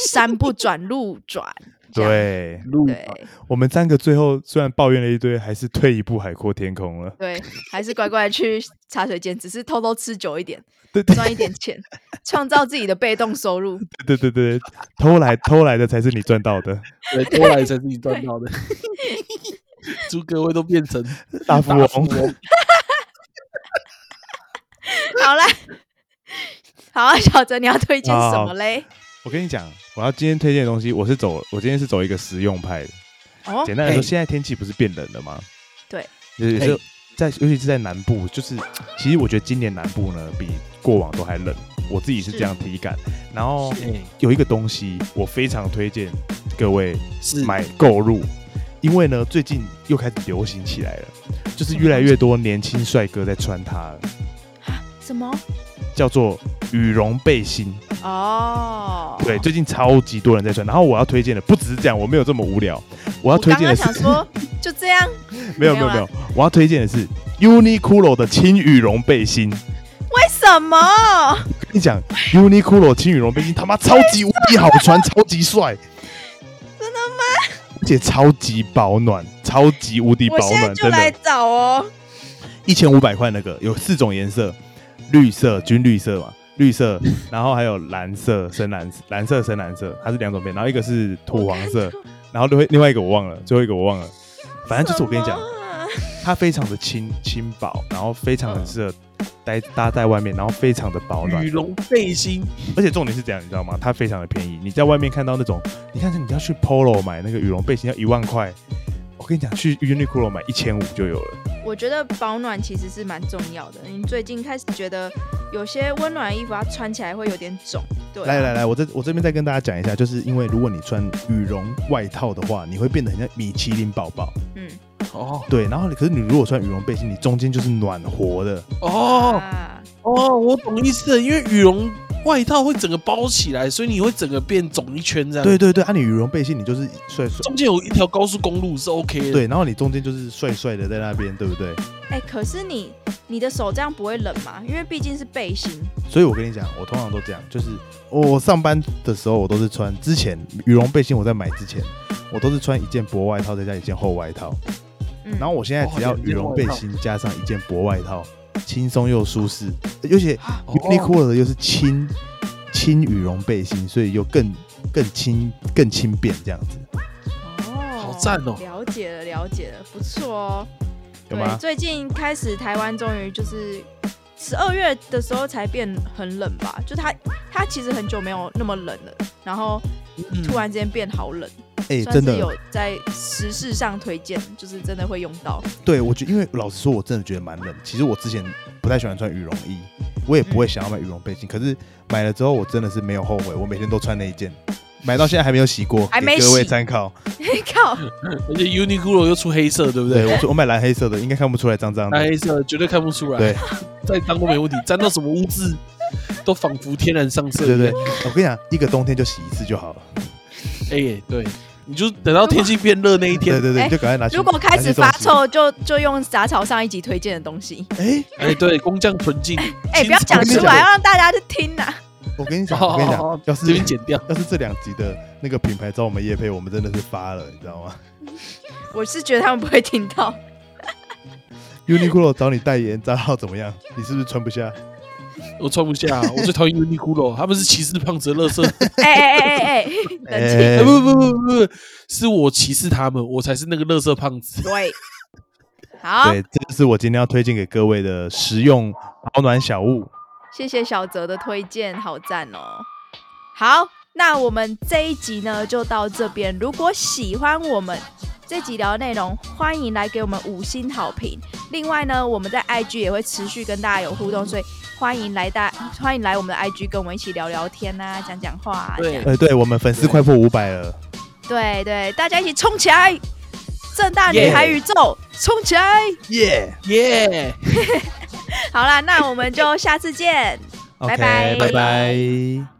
Speaker 3: 山不转路
Speaker 1: <laughs>
Speaker 3: 转，这样
Speaker 1: 对
Speaker 2: 录
Speaker 3: 对
Speaker 1: 我们三个最后虽然抱怨了一堆，还是退一步海阔天空了。 <laughs>
Speaker 3: 对，还是乖乖去茶水间，只是偷偷吃久一点，
Speaker 1: 对对
Speaker 3: 赚一点钱，创造自己的被动收
Speaker 1: <laughs>
Speaker 3: 入。
Speaker 1: 对对对，偷来偷来的才是你赚到的。
Speaker 2: 对，多来才是你赚到
Speaker 3: <laughs>
Speaker 2: 的。祝各位都变成
Speaker 1: 大富
Speaker 2: 富
Speaker 1: 翁
Speaker 2: 翁。
Speaker 3: 好啦，好啊，小哲，你要推荐什
Speaker 1: 好
Speaker 3: 么嘞？
Speaker 1: 我跟你讲，我要今天推荐的东西，我是走，我今天是走一个实用派的。
Speaker 3: 哦，
Speaker 1: 简单来说，
Speaker 2: 嘿
Speaker 1: 现在天气不是变冷了吗？
Speaker 3: 对，
Speaker 1: 也是
Speaker 2: 嘿
Speaker 1: 在，尤其是在南部，就是其实我觉得今年南部呢比过往都还冷，我自己是这样体感。然后 <laughs>
Speaker 2: 哎
Speaker 1: 有一个东西，我非常推荐各位
Speaker 2: 是
Speaker 1: 买购入，因为呢最近又开始流行起来了，就是越来越多年轻帅哥在穿它了，
Speaker 3: 什么？
Speaker 1: 叫做羽绒背心。
Speaker 3: 哦，
Speaker 1: 对，最近超级多人在穿。然后我要推荐的不只是这样，我没有这么无聊。我要
Speaker 3: 我
Speaker 1: 推
Speaker 3: 刚
Speaker 1: 荐
Speaker 3: 刚
Speaker 1: 的是
Speaker 3: 想说就这样，
Speaker 1: <laughs> 没有没有
Speaker 3: 没有啊啦
Speaker 1: 没有，我要推荐的是 Uniqlo 的轻羽绒背心。
Speaker 3: 为什么？
Speaker 1: 跟你讲，Uniqlo 轻羽绒背心他妈超级无敌好穿，超级帅，
Speaker 3: 真的
Speaker 1: 吗？而且超级保暖，超级无敌保
Speaker 3: 我现在
Speaker 1: 暖，
Speaker 3: 就
Speaker 1: 真
Speaker 3: 来
Speaker 1: 的，
Speaker 3: 找哦。
Speaker 1: 一千五百块那个有四种颜色，绿色、军绿色嘛。绿
Speaker 3: <laughs>
Speaker 1: 色，然后还有蓝色、深蓝、蓝色、深蓝色，它是两种边，然后一个是土黄色，然后另外另外一个我忘了，最后一个我忘了，反正就是我跟你讲
Speaker 3: 什，么啊
Speaker 1: 它非常的轻轻薄，然后非
Speaker 3: 嗯
Speaker 1: 常很适合待搭在外面，然后非常的保暖
Speaker 2: 羽，绒背心，
Speaker 1: 而且重点是这样，你知道吗？它非常的便宜，你在外面看到那种，你看你要去 Polo 买那个羽绒背心要一万块，我跟你讲，去 Uniqlo 买一千五就有了。
Speaker 3: 我觉得保暖其实是蛮重要的。你最近开始觉得有些温暖的衣服它穿起来会有点肿，对、啊，
Speaker 1: 来来来，我这我这边再跟大家讲一下，就是因为如果你穿羽绒外套的话，你会变得很像米其林宝宝，
Speaker 3: 嗯，
Speaker 2: 哦
Speaker 1: 对。然后你可是你如果穿羽绒背心，你中间就是暖和的，
Speaker 2: 哦。
Speaker 3: 啊，
Speaker 2: 哦，我懂意思了，因为羽绒外套会整个包起来，所以你会整个变肿一圈这样。
Speaker 1: 对，对对，啊，你羽绒背心你就是帅帅，
Speaker 2: 中间有一条高速公路是 OK 的。
Speaker 1: 对，然后你中间就是帅帅的在那边，对不对？
Speaker 3: 哎、可是你你的手这样不会冷吗？因为毕竟是背心。
Speaker 1: 所以我跟你讲，我通常都这样，就是我上班的时候我都是穿之前羽绒背心，我在买之前我都是穿一件薄外套再加一件厚外套，
Speaker 3: 嗯，
Speaker 1: 然后我现在只要羽绒背心加上一件薄外套，轻松又舒适，呃而且
Speaker 2: 哦
Speaker 1: Uniqlo 的又是轻轻羽绒背心，所以又更更轻更轻便这样子，
Speaker 3: 哦，
Speaker 2: 好赞哦
Speaker 3: 了解了，了解了，不错哦。
Speaker 1: 有
Speaker 3: 对，
Speaker 1: 吗？
Speaker 3: 最近开始台湾终于就是十二月的时候才变很冷吧，就它它其实很久没有那么冷了，然后
Speaker 2: 嗯
Speaker 3: 突然之间变好冷，
Speaker 1: 哎、真
Speaker 3: 算是
Speaker 1: 的，
Speaker 3: 有在时事上推荐，就是真的会用 <laughs> 到。
Speaker 1: 对，我觉因为老实说，我真的觉得蛮冷。其实我之前不太喜欢穿羽绒衣，我也不会想要买羽绒背心。可是买了之后，我真的是没有后悔，我每天都穿那一件，买到现在还没有洗过，
Speaker 3: 还
Speaker 1: 给
Speaker 3: 没
Speaker 1: 各位
Speaker 3: 洗
Speaker 1: 参考。
Speaker 3: 哎靠，
Speaker 2: 而且 Uniqlo 又出黑色，对不
Speaker 1: 对，
Speaker 2: 对？哎
Speaker 1: 我说我买蓝黑色的，应该看不出来脏脏
Speaker 2: 那
Speaker 1: 的。
Speaker 2: 黑色绝对看不出来，
Speaker 1: 对，
Speaker 2: 再脏都没问题，沾到什么污渍都仿佛天然上色。
Speaker 1: 对对对，我跟你讲，一个冬天就洗一次就好了。
Speaker 2: 对，哎，对，你就等到天气变热那一
Speaker 1: 对
Speaker 2: 天，
Speaker 1: 对对，
Speaker 3: 哎
Speaker 1: 你就赶快拿去。
Speaker 3: 如果开始发
Speaker 1: 拿去送洗，
Speaker 3: 臭，就就用杂草上一集推荐的东西。
Speaker 1: 哎，
Speaker 2: 哎，对，工匠纯净，
Speaker 3: 哎、不要
Speaker 2: 亲
Speaker 3: 讲
Speaker 2: 自
Speaker 3: 出来，要让大家去听啊呐、
Speaker 1: 我跟你讲，我跟你
Speaker 2: 哦
Speaker 1: 讲，要
Speaker 2: 这边
Speaker 1: 是
Speaker 2: 剪掉。
Speaker 1: 要是这两集的那个品牌找我们叶配，我们真的是发了，你知道吗 <laughs>
Speaker 3: 我是觉得他们不会听到。
Speaker 1: ？Uniqlo 找你代言，账号怎么样？你是不是穿不下？
Speaker 2: 我穿不下，我最讨厌 Uniqlo，他们是歧视胖子的乐色。
Speaker 3: <laughs> 哎哎哎哎哎， <laughs> 冷静。
Speaker 1: 哎
Speaker 2: 哎，不不不不不，是我歧视他们，我才是那个乐色胖子。
Speaker 3: 对，好，
Speaker 1: 对，这就是我今天要推荐给各位的实用保暖小物。
Speaker 3: 谢谢小泽的推荐，好赞哦。好，那我们这一集呢就到这边。如果喜欢我们这集聊的内容，欢迎来给我们五星好评。另外呢，我们在 IG 也会持续跟大家有互动，所以欢迎来大欢迎来我们的 IG 跟我们一起聊聊天啊，讲讲话、啊。
Speaker 2: 对
Speaker 1: 呃，对我们粉丝快破五百了，
Speaker 3: 对对，大家一起冲起来！正大女孩
Speaker 2: Yeah
Speaker 3: 宇宙，冲起来！
Speaker 1: 耶
Speaker 3: <laughs>
Speaker 2: 耶，
Speaker 3: 好啦，那我们就下次见。
Speaker 1: ！OK，
Speaker 3: 拜拜
Speaker 1: 拜拜。